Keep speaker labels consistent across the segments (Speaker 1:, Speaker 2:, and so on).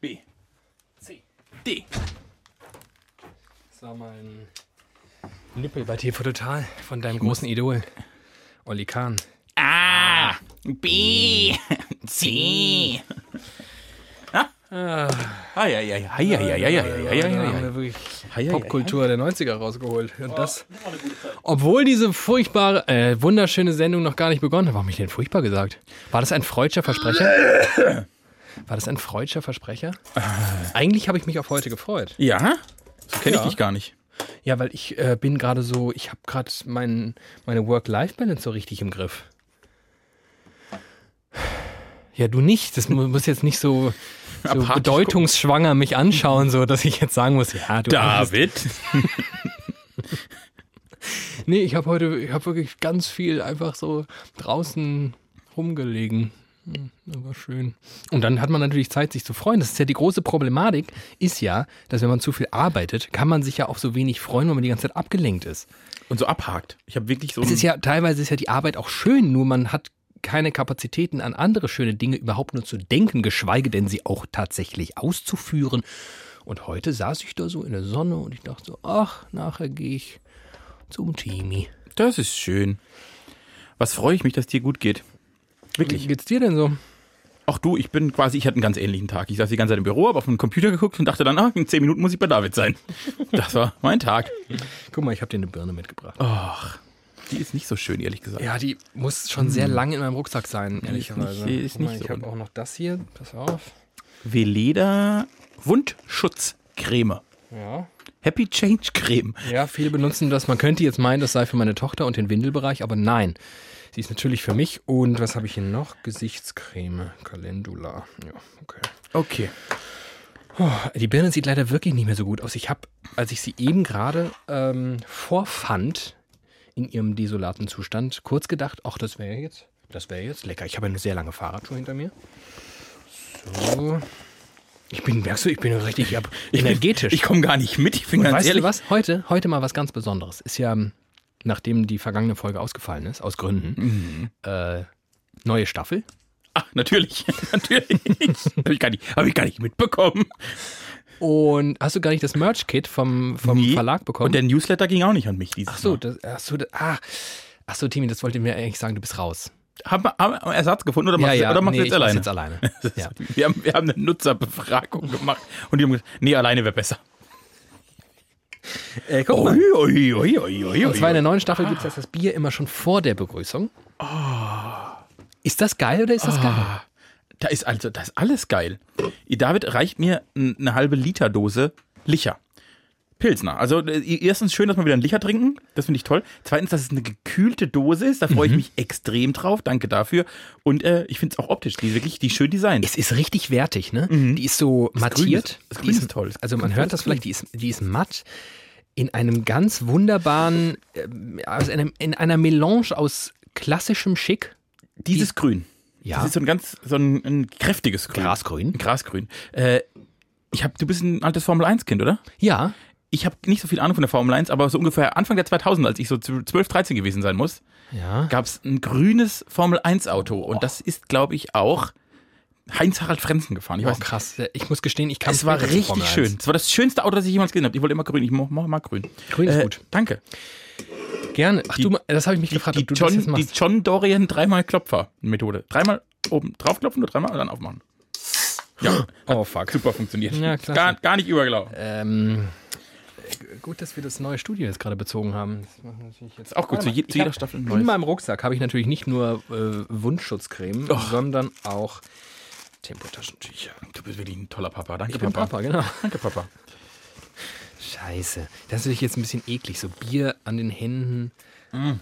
Speaker 1: B.
Speaker 2: C.
Speaker 1: D.
Speaker 2: Das war mein Nippel bei TV Total von deinem großen Idol, Olli Kahn.
Speaker 1: A. B. C.
Speaker 2: Ah,
Speaker 1: Ah, ja, ja, ja, ja, ja, ja, ja, ja, ja,
Speaker 2: da
Speaker 1: ja,
Speaker 2: haben
Speaker 1: ja.
Speaker 2: wir wirklich
Speaker 1: ja, ja.
Speaker 2: Popkultur der 90er rausgeholt. Und das, obwohl diese furchtbare, äh, wunderschöne Sendung noch gar nicht begonnen hat. Warum habe ich denn furchtbar gesagt? War das ein freudscher Versprecher? War das ein freudscher Versprecher? Eigentlich habe ich mich auf heute gefreut.
Speaker 1: Ja? So kenne ich
Speaker 2: Ja.
Speaker 1: dich gar nicht.
Speaker 2: Ja, weil ich äh, bin gerade so, ich habe gerade mein, meine Work-Life-Balance so richtig im Griff. Ja, du nicht. Das mu- muss jetzt nicht so, so
Speaker 1: Apathisch
Speaker 2: bedeutungsschwanger mich anschauen, so dass ich jetzt sagen muss, ja, du. Nee, ich habe heute, ich habe wirklich ganz viel einfach so draußen rumgelegen. Hm, Das war schön. Und dann hat man natürlich Zeit, sich zu freuen. Das ist ja die große Problematik, ist ja, dass wenn man zu viel arbeitet, kann man sich ja auch so wenig freuen, weil man die ganze Zeit abgelenkt ist.
Speaker 1: Und so abhakt. Ich habe wirklich so.
Speaker 2: Es ist ja teilweise ist ja die Arbeit auch schön, nur man hat keine Kapazitäten an andere schöne Dinge überhaupt nur zu denken, geschweige denn sie auch tatsächlich auszuführen. Und heute saß ich da so in der Sonne und ich dachte so, ach, nachher gehe ich zum Timi.
Speaker 1: das ist schön. Was freue ich mich, dass dir gut geht.
Speaker 2: Wie
Speaker 1: Wirklich.
Speaker 2: geht's dir denn so?
Speaker 1: Auch du, ich bin quasi, ich hatte einen ganz ähnlichen Tag. Ich saß die ganze Zeit im Büro, habe auf den Computer geguckt und dachte dann, ah, in zehn Minuten muss ich bei David sein. Das war mein Tag.
Speaker 2: Guck mal, ich habe dir eine Birne mitgebracht.
Speaker 1: Och, die ist nicht so schön, ehrlich gesagt.
Speaker 2: Ja, die muss schon sehr lange in meinem Rucksack sein,
Speaker 1: ehrlicherweise.
Speaker 2: ehrlicherweise.
Speaker 1: Die ist nicht- die ist nicht
Speaker 2: ich
Speaker 1: so-
Speaker 2: habe auch noch das hier. Pass auf.
Speaker 1: Veleda Wundschutzcreme.
Speaker 2: Ja.
Speaker 1: Happy Change Creme.
Speaker 2: Ja, viele benutzen das. Man könnte jetzt meinen, das sei für meine Tochter und den Windelbereich, aber nein. Sie ist natürlich für mich. Und was habe ich hier noch? Gesichtscreme, Calendula. Ja, okay.
Speaker 1: Okay.
Speaker 2: Die Birne sieht leider wirklich nicht mehr so gut aus. Ich habe, als ich sie eben gerade ähm, vorfand, in ihrem desolaten Zustand, kurz gedacht, ach, das wäre jetzt, das wäre jetzt lecker. Ich habe eine sehr lange Fahrradschuhe hinter mir. So. Ich bin, merkst du, ich bin richtig ich hab energetisch.
Speaker 1: Ich komme gar nicht mit, ich bin
Speaker 2: Und
Speaker 1: ganz
Speaker 2: weißt
Speaker 1: ehrlich.
Speaker 2: du was? Heute, heute mal was ganz Besonderes. Ist ja, ähm, nachdem die vergangene Folge ausgefallen ist, aus Gründen,
Speaker 1: Mhm.
Speaker 2: äh, neue Staffel.
Speaker 1: Ach, Ah, natürlich, natürlich. Habe ich, gar nicht- hab ich gar nicht mitbekommen.
Speaker 2: Und hast du gar nicht das Merch-Kit vom, vom
Speaker 1: Nee.
Speaker 2: Verlag bekommen?
Speaker 1: Und der Newsletter ging auch nicht an mich dieses
Speaker 2: ach so,
Speaker 1: Mal.
Speaker 2: das, ach so, das, ah, ach so, Timi, das wollte mir eigentlich sagen, du bist raus.
Speaker 1: Haben wir, haben wir einen Ersatz gefunden oder machst du oder machst
Speaker 2: nee,
Speaker 1: du
Speaker 2: ich mach's
Speaker 1: jetzt
Speaker 2: jetzt
Speaker 1: alleine?
Speaker 2: alleine. ja.
Speaker 1: Wir, haben, wir haben eine Nutzerbefragung gemacht und die haben gesagt, nee, alleine wäre besser.
Speaker 2: äh, guck
Speaker 1: Ui,
Speaker 2: mal.
Speaker 1: ui, ui, ui, ui,
Speaker 2: Oh, Und zwar
Speaker 1: ui.
Speaker 2: in der neuen Staffel gibt's das, das Bier immer schon vor der Begrüßung.
Speaker 1: Oh.
Speaker 2: Ist das geil oder ist das geil?
Speaker 1: Da ist also, das ist alles geil. Ihr David reicht mir n- eine halbe Liter Dose Licher. Pilsner. Also äh, erstens schön, dass wir wieder ein Licher trinken. Das finde ich toll. Zweitens, dass es eine gekühlte Dose ist. Da freue
Speaker 2: Mhm.
Speaker 1: ich mich extrem drauf. Danke dafür. Und äh, ich finde es auch optisch, die ist wirklich, die ist schön designt.
Speaker 2: Es ist richtig wertig, ne? Die ist so mattiert.
Speaker 1: Mhm. das
Speaker 2: Die
Speaker 1: Grün ist toll.
Speaker 2: Also man hört das vielleicht, die ist, die ist matt in einem ganz wunderbaren, ähm, aus einem, in einer Melange aus klassischem Schick.
Speaker 1: Dieses Grün.
Speaker 2: Ja.
Speaker 1: Das ist so ein ganz, so ein, ein kräftiges Grün.
Speaker 2: Grasgrün.
Speaker 1: Ein Grasgrün. Äh, ich hab, du bist ein altes Formel-1-Kind, oder?
Speaker 2: Ja.
Speaker 1: Ich habe nicht so viel Ahnung von der Formel 1, aber so ungefähr Anfang der 2000, als ich so 12, 13 gewesen sein muss,
Speaker 2: Ja.
Speaker 1: gab es ein grünes Formel 1 Auto und das ist, glaube ich, auch Heinz Harald Frenzen gefahren. Ich
Speaker 2: Oh,
Speaker 1: weiß nicht.
Speaker 2: krass. Ich muss gestehen, ich kann
Speaker 1: Es war richtig schön. Es war das schönste Auto, das ich jemals gesehen habe. Ich wollte immer grün. Ich mo- mo- mag grün. Äh,
Speaker 2: Grün ist gut.
Speaker 1: Danke.
Speaker 2: Gerne. Ach du, das habe ich mich gefragt,
Speaker 1: Die
Speaker 2: ob du
Speaker 1: John,
Speaker 2: das jetzt
Speaker 1: die
Speaker 2: machst.
Speaker 1: John Dorian dreimal Klopfer Methode. Dreimal oben draufklopfen und dreimal und dann aufmachen. Ja,
Speaker 2: Oh fuck.
Speaker 1: super funktioniert.
Speaker 2: Ja, klasse.
Speaker 1: gar, gar nicht übergelaufen.
Speaker 2: Ähm, g- gut, dass wir das neue Studio jetzt gerade bezogen haben. Das machen wir natürlich jetzt.
Speaker 1: Ist auch gut. Zu, je, zu jeder Staffel ein
Speaker 2: In
Speaker 1: neues.
Speaker 2: meinem Rucksack habe ich natürlich nicht nur äh, Wundschutzcreme, sondern auch Tempotaschentücher.
Speaker 1: Du bist wirklich ein toller Papa. Danke,
Speaker 2: Ich bin
Speaker 1: Papa.
Speaker 2: Papa, genau.
Speaker 1: Danke, Papa.
Speaker 2: Scheiße. Das ist natürlich jetzt ein bisschen eklig, so Bier an den Händen.
Speaker 1: Mm.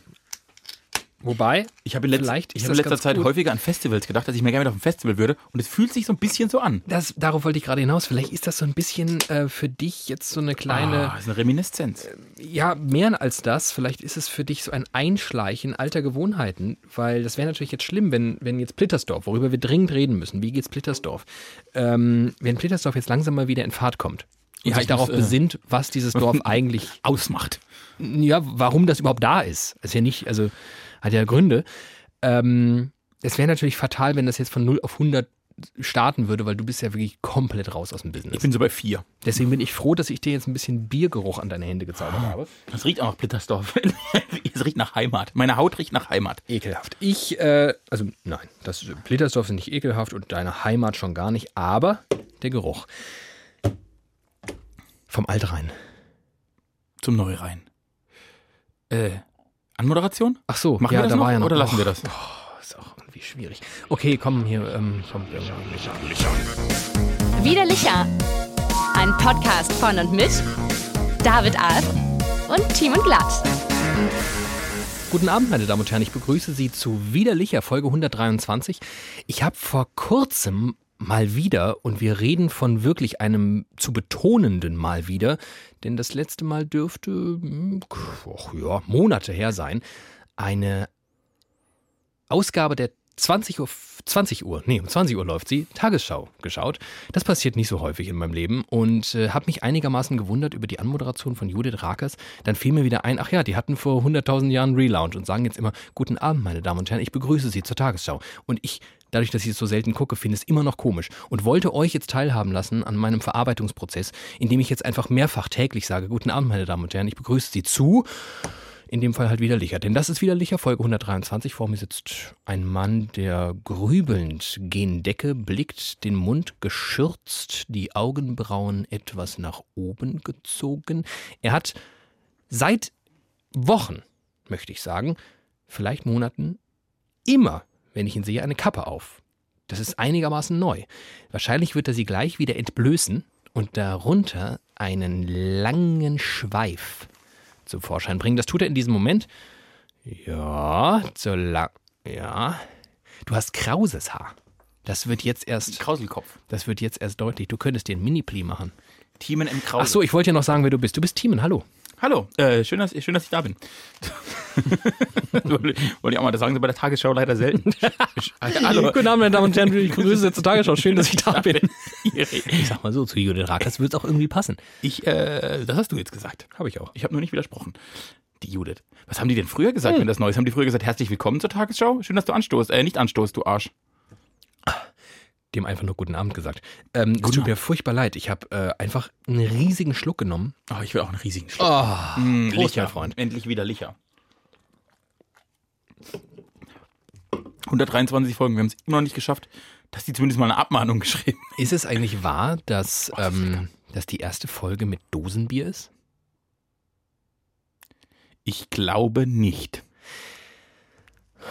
Speaker 2: Wobei,
Speaker 1: Ich habe in, letz
Speaker 2: Vielleicht
Speaker 1: ich
Speaker 2: ist
Speaker 1: habe in
Speaker 2: das
Speaker 1: letzter
Speaker 2: ganz
Speaker 1: Zeit
Speaker 2: gut.
Speaker 1: häufiger an Festivals gedacht, dass ich mir gerne wieder auf ein Festival würde. Und es fühlt sich so ein bisschen so an.
Speaker 2: das, darauf wollte ich gerade hinaus, vielleicht ist das so ein bisschen äh, für dich jetzt so eine kleine,
Speaker 1: ah, ist eine Reminiszenz.
Speaker 2: ja, mehr als das, vielleicht ist es für dich so ein Einschleichen alter Gewohnheiten, weil das wäre natürlich jetzt schlimm, wenn, wenn jetzt Plittersdorf, worüber wir dringend reden müssen, wie geht's Plittersdorf, ähm, wenn Plittersdorf jetzt langsam mal wieder in Fahrt kommt. Und
Speaker 1: Ja,
Speaker 2: sich
Speaker 1: ich
Speaker 2: darauf
Speaker 1: muss, äh,
Speaker 2: besinnt, was dieses Dorf eigentlich
Speaker 1: Ausmacht.
Speaker 2: ja, warum das überhaupt da ist. Ist ja nicht, also hat ja Gründe. Ähm, es wäre natürlich fatal, wenn das jetzt von 0 auf 100 starten würde, weil du bist ja wirklich komplett raus aus dem Business.
Speaker 1: Ich bin so bei vier.
Speaker 2: Deswegen bin ich froh, dass ich dir jetzt ein bisschen Biergeruch an deine Hände gezaubert
Speaker 1: Ah.
Speaker 2: habe.
Speaker 1: Das riecht auch nach Blittersdorf. es riecht nach Heimat. Meine Haut riecht nach Heimat.
Speaker 2: Ekelhaft. Ich, äh, also nein, das Blittersdorf sind nicht ekelhaft und deine Heimat schon gar nicht, aber der Geruch. Vom Altrhein.
Speaker 1: Zum Neurhein. Äh, Anmoderation?
Speaker 2: Ach so,
Speaker 1: Machen wir das
Speaker 2: da
Speaker 1: noch,
Speaker 2: war ja noch
Speaker 1: oder lassen
Speaker 2: Och,
Speaker 1: wir das?
Speaker 2: Oh, ist auch irgendwie schwierig. Okay, komm hier, ähm, komm.
Speaker 3: Widerlicher. Ein Podcast von und mit David Alf und Team und Glatt.
Speaker 2: Guten Abend, meine Damen und Herren. Ich begrüße Sie zu Widerlicher Folge 123. Ich habe vor kurzem mal wieder, und wir reden von wirklich einem zu betonenden Mal wieder, denn das letzte Mal dürfte, hm, ach ja, Monate her sein, eine Ausgabe der 20 Uhr, 20 Uhr, nee, um 20 Uhr läuft sie, Tagesschau geschaut. Das passiert nicht so häufig in meinem Leben und äh, habe mich einigermaßen gewundert über die Anmoderation von Judith Rakers. Dann fiel mir wieder ein, ach ja, die hatten vor 100.000 Jahren Relaunch und sagen jetzt immer, guten Abend, meine Damen und Herren, ich begrüße Sie zur Tagesschau. Und ich, dadurch, dass ich es so selten gucke, finde es immer noch komisch und wollte euch jetzt teilhaben lassen an meinem Verarbeitungsprozess, indem ich jetzt einfach mehrfach täglich sage, guten Abend, meine Damen und Herren, ich begrüße Sie zu in dem Fall halt widerlicher. Denn das ist widerlicher. Folge 123. Vor mir sitzt ein Mann, der grübelnd gen Decke blickt, den Mund geschürzt, die Augenbrauen etwas nach oben gezogen. Er hat seit Wochen, möchte ich sagen, vielleicht Monaten, immer, wenn ich ihn sehe, eine Kappe auf. Das ist einigermaßen neu. Wahrscheinlich wird er sie gleich wieder entblößen und darunter einen langen Schweif zum Vorschein bringen. Das tut er in diesem Moment. Ja, so lang. Ja. Du hast krauses Haar. Das wird jetzt erst,
Speaker 1: Krauselkopf.
Speaker 2: das wird jetzt erst deutlich. Du könntest dir einen Mini-Pli machen.
Speaker 1: Thiemen im Krausel.
Speaker 2: Ach so, ich wollte ja noch sagen, wer du bist. Du bist Thiemen, hallo.
Speaker 1: Hallo, äh, schön, dass, schön, dass ich da bin. Wollte ich auch mal, das sagen sie bei der Tagesschau leider selten. Hallo.
Speaker 2: Guten Abend, meine Damen und Herren. Ich grüße zur Tagesschau. Schön, dass ich da bin.
Speaker 1: Ich,
Speaker 2: Ich sag mal so, zu Judith Rack, das wird auch irgendwie passen.
Speaker 1: äh, das hast du jetzt gesagt.
Speaker 2: Habe ich auch.
Speaker 1: Ich habe nur nicht widersprochen. Die Judith. Was haben die denn früher gesagt, wenn das Neues? Haben die früher gesagt, herzlich willkommen zur Tagesschau? Schön, dass du anstoßt. Äh, nicht anstoßt, du Arsch.
Speaker 2: Dem einfach nur guten Abend gesagt. Ähm, es
Speaker 1: Guten
Speaker 2: tut mir furchtbar leid. Ich habe äh, einfach einen riesigen Schluck genommen.
Speaker 1: Oh, ich will auch einen riesigen Schluck.
Speaker 2: Oh,
Speaker 1: Mm,
Speaker 2: Prost,
Speaker 1: Licher.
Speaker 2: mein Freund.
Speaker 1: Endlich wieder Licher. 123 Folgen, wir haben es immer noch nicht geschafft, dass die zumindest mal eine Abmahnung geschrieben
Speaker 2: Ist es eigentlich wahr, dass,
Speaker 1: Oh, das ist
Speaker 2: ähm, dass die erste Folge mit Dosenbier ist?
Speaker 1: Ich glaube nicht.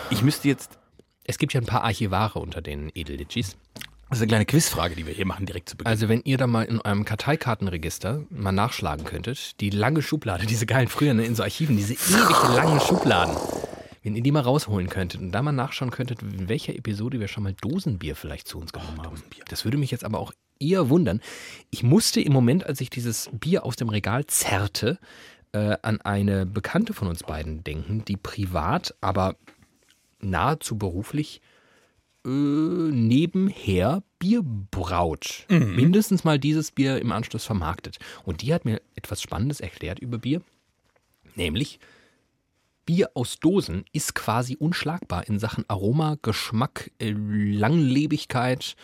Speaker 1: Ich müsste jetzt.
Speaker 2: Es gibt ja ein paar Archivare unter den Edellitschis.
Speaker 1: Das ist eine kleine Quizfrage, die wir hier machen, direkt zu Beginn.
Speaker 2: Also wenn ihr da mal in eurem Karteikartenregister mal nachschlagen könntet, die lange Schublade, diese geilen früher ne, in so Archiven, diese ewig langen Schubladen, wenn ihr die mal rausholen könntet und da mal nachschauen könntet, in welcher Episode wir schon mal Dosenbier vielleicht zu uns genommen haben. Das würde mich jetzt aber auch eher wundern. Ich musste im Moment, als ich dieses Bier aus dem Regal zerrte, äh, an eine Bekannte von uns beiden denken, die privat, aber nahezu beruflich äh, nebenher Bier braut. Mindestens mal dieses Bier im Anschluss vermarktet. Und die hat mir etwas Spannendes erklärt über Bier. Nämlich, Bier aus Dosen ist quasi unschlagbar in Sachen Aroma, Geschmack, äh, Langlebigkeit.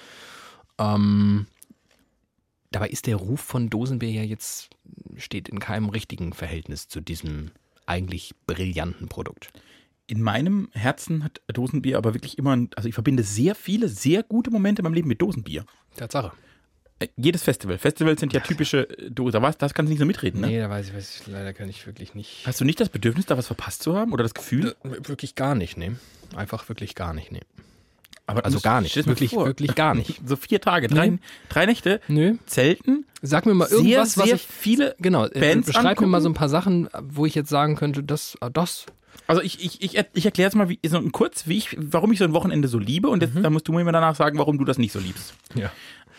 Speaker 2: Ähm, dabei ist der Ruf von Dosenbier ja jetzt, steht in keinem richtigen Verhältnis zu diesem eigentlich brillanten Produkt.
Speaker 1: in meinem Herzen hat Dosenbier aber wirklich immer. ein- Also, ich verbinde sehr viele, sehr gute Momente in meinem Leben mit Dosenbier.
Speaker 2: Tatsache.
Speaker 1: Äh, jedes Festival. Festivals sind ja typische äh, Dose. Da warst- Das kannst du nicht so mitreden, ne?
Speaker 2: Nee, da weiß ich, weiß ich, leider kann ich wirklich nicht.
Speaker 1: Hast du nicht das Bedürfnis, da was verpasst zu haben oder das Gefühl?
Speaker 2: Äh, Wirklich gar nicht, ne? Einfach wirklich gar nicht, ne?
Speaker 1: Aber
Speaker 2: Also
Speaker 1: muss-
Speaker 2: gar nicht.
Speaker 1: stell dir mal
Speaker 2: Wirklich,
Speaker 1: vor.
Speaker 2: wirklich gar nicht.
Speaker 1: So vier Tage, drei,
Speaker 2: Nee.
Speaker 1: drei Nächte,
Speaker 2: Nö.
Speaker 1: Zelten,
Speaker 2: Sag mir mal irgendwas,
Speaker 1: sehr, sehr
Speaker 2: was ich.
Speaker 1: viele
Speaker 2: Genau, äh,
Speaker 1: Bands
Speaker 2: beschreib mir
Speaker 1: angucken.
Speaker 2: mal so ein paar Sachen, wo ich jetzt sagen könnte, das, ah, das.
Speaker 1: Also ich, ich, ich, er- ich erkläre jetzt mal wie, so kurz, wie ich, warum ich so ein Wochenende so liebe und jetzt,
Speaker 2: Mhm.
Speaker 1: dann musst du mir danach sagen, warum du das nicht so liebst.
Speaker 2: Ja.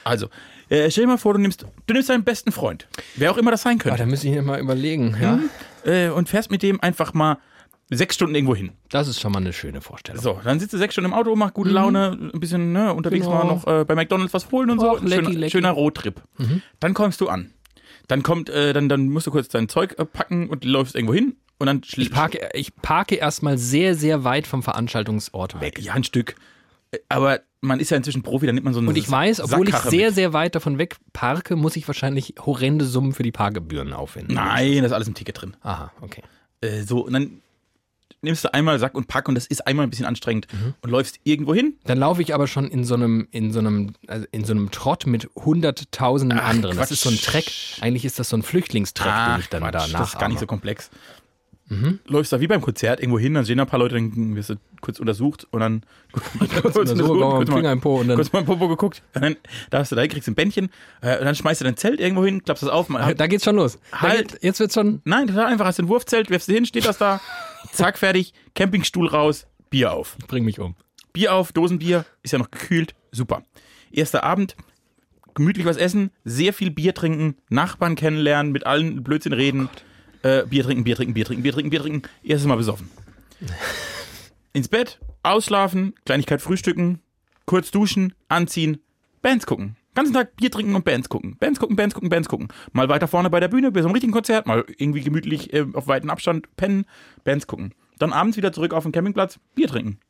Speaker 1: Also, äh, stell dir mal vor, du nimmst, du nimmst deinen besten Freund, wer auch immer das sein
Speaker 2: Aber
Speaker 1: könnte,
Speaker 2: Ah, da müsste ich mir mal überlegen, ja?
Speaker 1: äh, und fährst mit dem einfach mal sechs Stunden irgendwo hin.
Speaker 2: Das ist schon mal eine schöne Vorstellung.
Speaker 1: So, dann sitzt du sechs Stunden im Auto, mach gute Laune, ein bisschen ne, unterwegs
Speaker 2: Mhm. Genau.
Speaker 1: mal noch äh, bei McDonalds was holen und so.
Speaker 2: Och,
Speaker 1: Ein
Speaker 2: lecky,
Speaker 1: schöner,
Speaker 2: lecky. Mhm.
Speaker 1: schöner Roadtrip. Dann kommst du an. Dann kommt, äh, dann, dann musst du kurz dein Zeug äh, packen und läufst irgendwo hin und dann schli-
Speaker 2: Ich parke, ich parke erstmal sehr, sehr weit vom Veranstaltungsort weg.
Speaker 1: Ja, ein Stück. Äh, Aber man ist ja inzwischen Profi, dann nimmt man so eine
Speaker 2: Und ich weiß, obwohl ich
Speaker 1: Sackkarre
Speaker 2: sehr,
Speaker 1: mit.
Speaker 2: sehr weit davon weg parke, muss ich wahrscheinlich horrende Summen für die Parkgebühren aufwenden.
Speaker 1: Nein, da ist alles im Ticket drin.
Speaker 2: Aha, okay.
Speaker 1: Äh, so, und dann nimmst du einmal Sack und Pack und das ist einmal ein bisschen anstrengend
Speaker 2: Mhm.
Speaker 1: und läufst irgendwo hin.
Speaker 2: Dann laufe ich aber schon in so einem, in so einem, also in so einem Trott mit hunderttausenden anderen. Das
Speaker 1: Quatsch.
Speaker 2: ist so ein Treck. Eigentlich ist das so ein Flüchtlingstreck, den ich dann Mhm. da nachahme.
Speaker 1: das ist gar nicht so komplex. Läufst da wie beim Konzert irgendwo hin, dann stehen da ein paar Leute, dann wirst du kurz untersucht und dann kurz
Speaker 2: untersucht, machen wir einen
Speaker 1: kurz
Speaker 2: Finger im Po und dann-
Speaker 1: kurz mal im Popo geguckt. Und dann darfst du da, hin, kriegst ein Bändchen äh, und dann schmeißt du dein Zelt irgendwo hin, klappst das auf. Man hat,
Speaker 2: Ah, Da geht's schon los. Da
Speaker 1: Halt!
Speaker 2: Geht, jetzt wird's schon.
Speaker 1: nein, total einfach, hast du ein Wurfzelt, wirfst du hin, steht das da, zack, fertig, Campingstuhl raus, Bier auf.
Speaker 2: Bring mich um.
Speaker 1: Bier auf, Dosenbier, ist ja noch gekühlt, super. Erster Abend, gemütlich was essen, sehr viel Bier trinken, Nachbarn kennenlernen, mit allen Blödsinn reden, äh, Bier trinken, Bier trinken, Bier trinken, Bier trinken, Bier trinken, erstes Mal besoffen. Ins Bett, ausschlafen, Kleinigkeit frühstücken, kurz duschen, anziehen, Bands gucken. Ganzen Tag Bier trinken und Bands gucken. Bands gucken, Bands gucken, Bands gucken. Mal weiter vorne bei der Bühne, bei so einem richtigen Konzert, mal irgendwie gemütlich äh, auf weiten Abstand pennen, Bands gucken. Dann abends wieder zurück auf den Campingplatz, Bier trinken.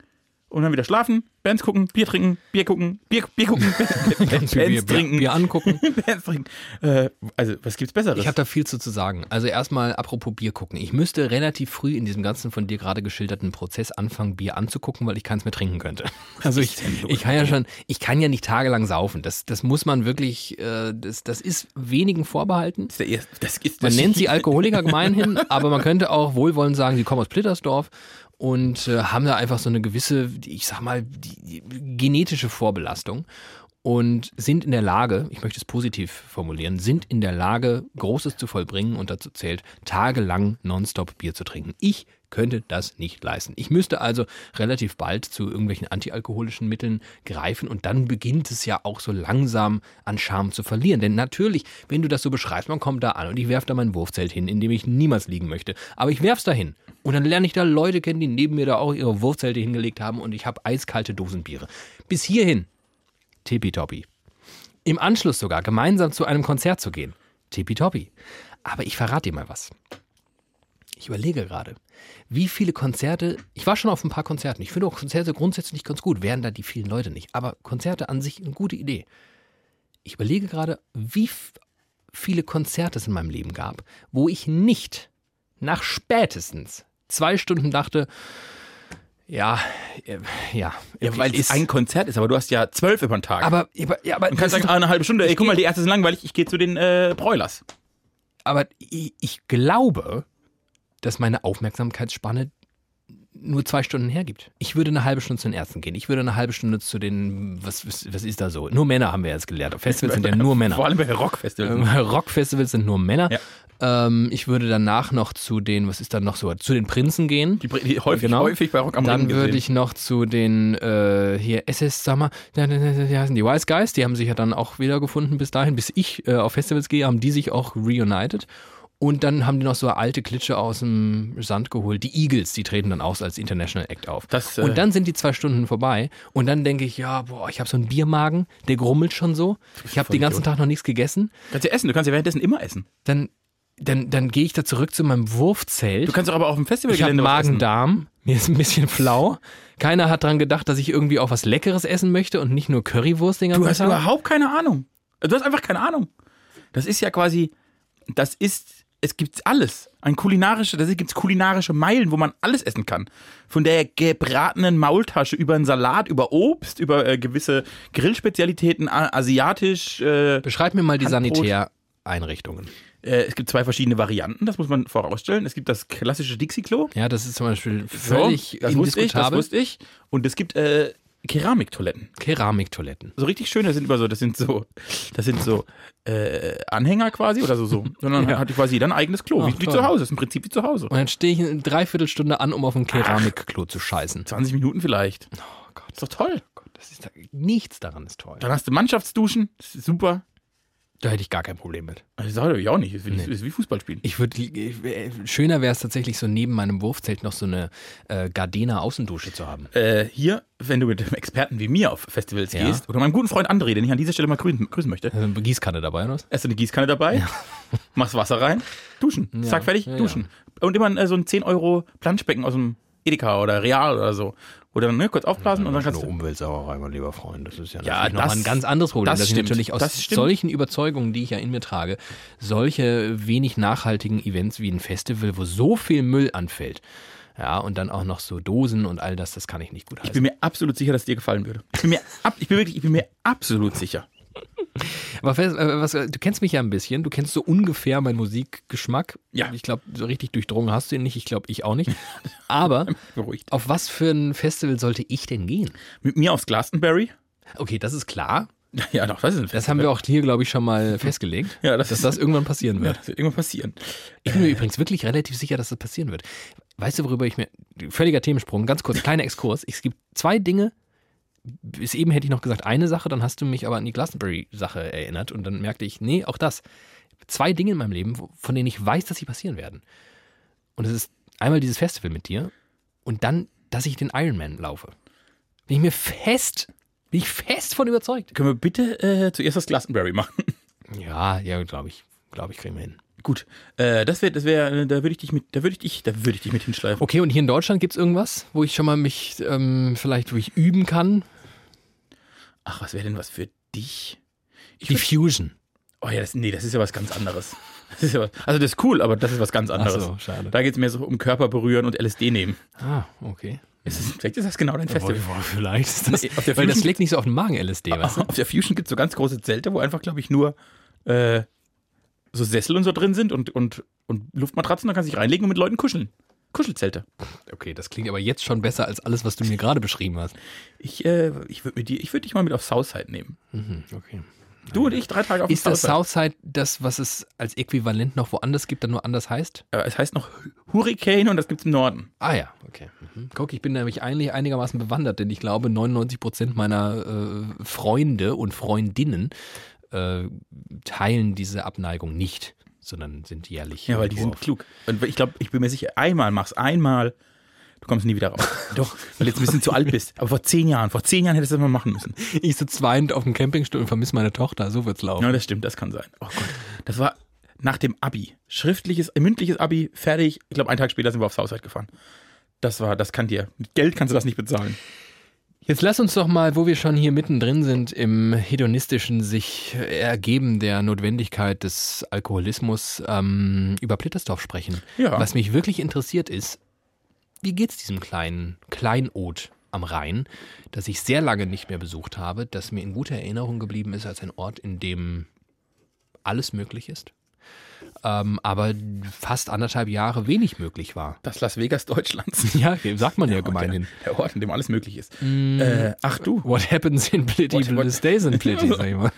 Speaker 1: Und dann wieder schlafen, Bands gucken, Bier trinken, Bier gucken, Bier, Bier gucken, Bands
Speaker 2: Bier,
Speaker 1: trinken.
Speaker 2: Bier angucken.
Speaker 1: Bands trinken. Äh, also, was gibt's Besseres?
Speaker 2: Ich habe da viel zu, zu sagen. Also erstmal apropos Bier gucken. Ich müsste relativ früh in diesem ganzen von dir gerade geschilderten Prozess anfangen, Bier anzugucken, weil ich keins mehr trinken könnte. Also ich, ich kann ja schon, ich kann ja nicht tagelang saufen. Das, das muss man wirklich, äh, das, das ist wenigen vorbehalten.
Speaker 1: Das ist der erste- das ist
Speaker 2: Man
Speaker 1: das
Speaker 2: nennt sie Alkoholiker gemeinhin, aber man könnte auch wohlwollend sagen, sie kommen aus Plittersdorf und äh, haben da einfach so eine gewisse, ich sag mal, die, die genetische Vorbelastung und sind in der Lage, ich möchte es positiv formulieren, sind in der Lage, Großes zu vollbringen und dazu zählt, tagelang nonstop Bier zu trinken. Ich könnte das nicht leisten. Ich müsste also relativ bald zu irgendwelchen antialkoholischen Mitteln greifen und dann beginnt es ja auch so langsam an Charme zu verlieren. Denn natürlich, wenn du das so beschreibst, man kommt da an und ich werfe da mein Wurfzelt hin, in dem ich niemals liegen möchte. Aber ich werf's da hin und dann lerne ich da Leute kennen, die neben mir da auch ihre Wurfzelte hingelegt haben und ich habe eiskalte Dosenbiere. Bis hierhin, tippitoppi. Im Anschluss sogar gemeinsam zu einem Konzert zu gehen, tippitoppi. Aber ich verrate dir mal was. Ich überlege gerade, wie viele Konzerte, ich war schon auf ein paar Konzerten, ich finde auch Konzerte grundsätzlich ganz gut, wären da die vielen Leute nicht, aber Konzerte an sich eine gute Idee. Ich überlege gerade, wie f- viele Konzerte es in meinem Leben gab, wo ich nicht nach spätestens zwei Stunden dachte, ja, äh, ja,
Speaker 1: Ja, weil es ein Konzert ist, aber du hast ja zwölf über den Tag.
Speaker 2: aber, ja, aber
Speaker 1: Man kann
Speaker 2: das ist
Speaker 1: sagen, ah, eine halbe Stunde, ey,
Speaker 2: Ich
Speaker 1: guck mal,
Speaker 2: geh-
Speaker 1: die erste sind langweilig, ich gehe zu den äh, Broilers.
Speaker 2: aber ich, ich glaube, dass meine Aufmerksamkeitsspanne nur zwei Stunden hergibt. Ich würde eine halbe Stunde zu den Ärzten gehen. Ich würde eine halbe Stunde zu den, was, was, was ist da so? Nur Männer haben wir jetzt gelernt. Auf Festivals sind ja nur
Speaker 1: Vor
Speaker 2: Männer.
Speaker 1: allem bei Rockfestivals.
Speaker 2: Ähm, Rockfestivals sind nur Männer. Ähm, ich würde danach noch zu den, was ist da noch so? Zu den Prinzen gehen.
Speaker 1: Die, Br- die häufig,
Speaker 2: Genau.
Speaker 1: häufig bei Rock am
Speaker 2: Dann
Speaker 1: Ring
Speaker 2: würde
Speaker 1: gesehen.
Speaker 2: ich noch zu den äh, hier SS Summer, wie heißen die Wise Guys, die haben sich ja dann auch wiedergefunden bis dahin, bis ich äh, auf Festivals gehe, haben die sich auch reunited. Und dann haben die noch so alte Klitsche aus dem Sand geholt. Die Eagles, die treten dann auch als International Act auf.
Speaker 1: Das, äh,
Speaker 2: und dann sind die zwei Stunden vorbei. Und dann denke ich, ja, boah, ich habe so einen Biermagen, der grummelt schon so. Ich habe
Speaker 1: voll
Speaker 2: den ganzen
Speaker 1: Idiot.
Speaker 2: Tag noch nichts gegessen.
Speaker 1: kannst ja essen, du kannst ja währenddessen immer essen.
Speaker 2: Dann, dann, dann gehe ich da zurück zu meinem Wurfzelt.
Speaker 1: Du kannst doch aber auf dem
Speaker 2: Ich habe
Speaker 1: Festivalgelände was essen.
Speaker 2: Magen-Darm. Mir ist ein bisschen flau. Keiner hat dran gedacht, dass ich irgendwie auch was Leckeres essen möchte und nicht nur Currywurst den ganzen
Speaker 1: Du hast
Speaker 2: Tag.
Speaker 1: überhaupt keine Ahnung. Du hast einfach keine Ahnung. Das ist ja quasi, das ist, es gibt alles. Ein kulinarische, da gibt es kulinarische Meilen, wo man alles essen kann. Von der gebratenen Maultasche über einen Salat, über Obst, über äh, gewisse Grillspezialitäten, a- asiatisch. Äh, äh,
Speaker 2: Beschreib mir mal die
Speaker 1: Handbrot.
Speaker 2: Sanitäreinrichtungen.
Speaker 1: Äh, es gibt zwei verschiedene Varianten, das muss man vorausstellen. Es gibt das klassische Dixie-Klo.
Speaker 2: Ja, das ist zum Beispiel
Speaker 1: So, das wusste ich,
Speaker 2: völlig
Speaker 1: das
Speaker 2: indiskutabel.
Speaker 1: wusste ich. Und es gibt äh, Keramiktoiletten.
Speaker 2: Keramiktoiletten.
Speaker 1: so richtig schön, das sind immer so, das sind so, das sind so äh, Anhänger quasi oder so, so. Sondern
Speaker 2: Ja.
Speaker 1: hat quasi dann ein eigenes Klo, wie,
Speaker 2: Ach,
Speaker 1: wie
Speaker 2: toll.
Speaker 1: zu Hause, ist im Prinzip wie zu Hause.
Speaker 2: Und dann stehe ich eine Dreiviertelstunde an, um auf ein Keramikklo zu scheißen.
Speaker 1: 20 Minuten vielleicht.
Speaker 2: Oh Gott,
Speaker 1: Ist doch toll.
Speaker 2: das ist, nichts daran ist toll.
Speaker 1: Dann hast du Mannschaftsduschen, das ist super. Also,
Speaker 2: Da hätte ich gar kein Problem mit.
Speaker 1: Das sage ich auch nicht, das ist, wie- ist wie Fußballspielen.
Speaker 2: Ich würde schöner wäre es tatsächlich so neben meinem Wurfzelt noch so eine äh, Gardena Außendusche zu haben.
Speaker 1: Äh, hier, wenn du mit einem Experten wie mir auf Festivals
Speaker 2: Ja.
Speaker 1: gehst, oder meinem guten Freund André, den ich an dieser Stelle mal grüßen, grüßen möchte,
Speaker 2: Also eine Gießkanne dabei, oder was?
Speaker 1: Hast du eine Gießkanne dabei? Machst Wasser rein, duschen. Zack, fertig,
Speaker 2: ja, ja.
Speaker 1: duschen. Und immer äh, so ein 10 Euro Planschbecken aus dem Edeka oder Real oder so. Oder ne, kurz aufblasen und dann kannst
Speaker 2: Eine
Speaker 1: du.
Speaker 2: Umweltsauerei, mein lieber Freund. Das ist ja,
Speaker 1: Ja,
Speaker 2: natürlich noch
Speaker 1: das-
Speaker 2: mal ein ganz anderes Problem,
Speaker 1: das
Speaker 2: dass
Speaker 1: stimmt.
Speaker 2: ich natürlich aus
Speaker 1: Das stimmt.
Speaker 2: solchen Überzeugungen, die ich ja in mir trage, solche wenig nachhaltigen Events wie ein Festival, wo so viel Müll anfällt, ja, und dann auch noch so Dosen und all das, das kann ich nicht gut
Speaker 1: Ich bin
Speaker 2: heißen.
Speaker 1: mir absolut sicher, dass es dir gefallen würde. Ich bin mir, ab, ich bin wirklich, ich bin mir absolut sicher.
Speaker 2: Aber fest- äh, was, äh, du kennst mich ja ein bisschen, du kennst so ungefähr meinen Musikgeschmack.
Speaker 1: Ja.
Speaker 2: Ich glaube, so richtig durchdrungen hast du ihn nicht, ich glaube, ich auch nicht. Aber
Speaker 1: Beruhigt.
Speaker 2: auf was für ein Festival sollte ich denn gehen?
Speaker 1: Mit mir aufs Glastonbury?
Speaker 2: Okay, das ist klar.
Speaker 1: Ja, doch, das ist ein
Speaker 2: Das haben wir auch hier, glaube ich, schon mal festgelegt,
Speaker 1: Ja, das
Speaker 2: dass
Speaker 1: ist-
Speaker 2: das irgendwann passieren
Speaker 1: Ja,
Speaker 2: wird.
Speaker 1: das wird irgendwann passieren.
Speaker 2: Ich bin mir übrigens wirklich relativ sicher, dass das passieren wird. Weißt du, worüber ich mir. Völliger Themensprung, ganz kurz, kleiner Exkurs. Es gibt zwei Dinge. Bis eben hätte ich noch gesagt, eine Sache, dann hast du mich aber an die Glastonbury-Sache erinnert und dann merkte ich, nee, auch das. Zwei Dinge in meinem Leben, wo- von denen ich weiß, dass sie passieren werden. Und es ist einmal dieses Festival mit dir und dann, dass ich den Ironman laufe. Bin ich mir fest, bin ich fest von überzeugt.
Speaker 1: Können wir bitte äh, zuerst das Glastonbury machen?
Speaker 2: Ja, ja, glaube ich. Glaube ich, kriegen wir hin.
Speaker 1: Gut. Äh, das wäre, das wäre, da würde ich dich mit, da würde ich dich, da würde ich dich mit hinschleifen.
Speaker 2: Okay, und hier in Deutschland gibt es irgendwas, wo ich schon mal mich ähm, vielleicht, wo ich üben kann?
Speaker 1: Ach, was wäre denn was für dich?
Speaker 2: Die Fusion.
Speaker 1: Oh ja, das, nee, das ist ja was ganz anderes. Das ist ja was, also das ist cool, aber das ist was ganz anderes.
Speaker 2: so, schade.
Speaker 1: Da geht es mehr so um Körper berühren und LSD nehmen.
Speaker 2: Ah, okay.
Speaker 1: Ist das, vielleicht ist das genau dein Festival.
Speaker 2: vielleicht ist das. Ah.
Speaker 1: Nee, auf der
Speaker 2: weil das
Speaker 1: Fusion-
Speaker 2: legt nicht so auf den Magen LSD, weißt du?
Speaker 1: Auf der Fusion gibt es so ganz große Zelte, wo einfach, glaube ich, nur äh, so Sessel und so drin sind und, und, und Luftmatratzen, da kannst du dich reinlegen und mit Leuten kuscheln. Kuschelzelte.
Speaker 2: Okay, das klingt aber jetzt schon besser als alles, was du mir gerade beschrieben hast.
Speaker 1: Ich, äh, ich würde würd dich mal mit auf Southside nehmen.
Speaker 2: Mhm, okay.
Speaker 1: Du und ich drei Tage auf
Speaker 2: Ist
Speaker 1: dem
Speaker 2: das
Speaker 1: Southside.
Speaker 2: Southside das, was es als Äquivalent noch woanders gibt, dann nur anders heißt?
Speaker 1: Äh, es heißt noch Hurricane und das gibt's im Norden.
Speaker 2: Ah ja, okay. Mhm. Guck, ich bin nämlich eigentlich einigermaßen bewandert, denn ich glaube, 99 Prozent meiner äh, Freunde und Freundinnen äh, teilen diese Abneigung nicht, sondern sind jährlich.
Speaker 1: Ja, weil die
Speaker 2: irgendwo
Speaker 1: sind klug. Und ich glaube, ich bin mir sicher, einmal mach's, einmal, du kommst nie wieder raus. Doch, weil du jetzt ein bisschen zu alt bist. Aber vor zehn Jahren, vor zehn Jahren hättest du das mal machen müssen.
Speaker 2: auf. Ich sitze weinend auf dem Campingstuhl und vermisse meine Tochter, so wird's laufen.
Speaker 1: Ja, das stimmt, das kann sein. Oh Gott. Das war nach dem Abi. Schriftliches, äh, mündliches Abi, fertig. Ich glaube, einen Tag später sind wir aufs Haushalt gefahren. Das war, das kann dir. Mit Geld kannst du das nicht bezahlen.
Speaker 2: Jetzt lass uns doch mal, wo wir schon hier mittendrin sind, im hedonistischen sich ergeben der Notwendigkeit des Alkoholismus, ähm, über Plittersdorf sprechen.
Speaker 1: Ja.
Speaker 2: Was mich wirklich interessiert ist, wie geht's diesem kleinen Kleinod am Rhein, das ich sehr lange nicht mehr besucht habe, das mir in guter Erinnerung geblieben ist als ein Ort, in dem alles möglich ist, ähm, aber fast anderthalb Jahre wenig möglich war.
Speaker 1: Das Las Vegas Deutschlands.
Speaker 2: Ja, sagt man ja
Speaker 1: Und
Speaker 2: gemeinhin.
Speaker 1: Der, der Ort, in dem alles möglich ist. Äh, ach du,
Speaker 2: What happens in Plitty
Speaker 1: What- what-
Speaker 2: stays in Plitty, sag ich mal.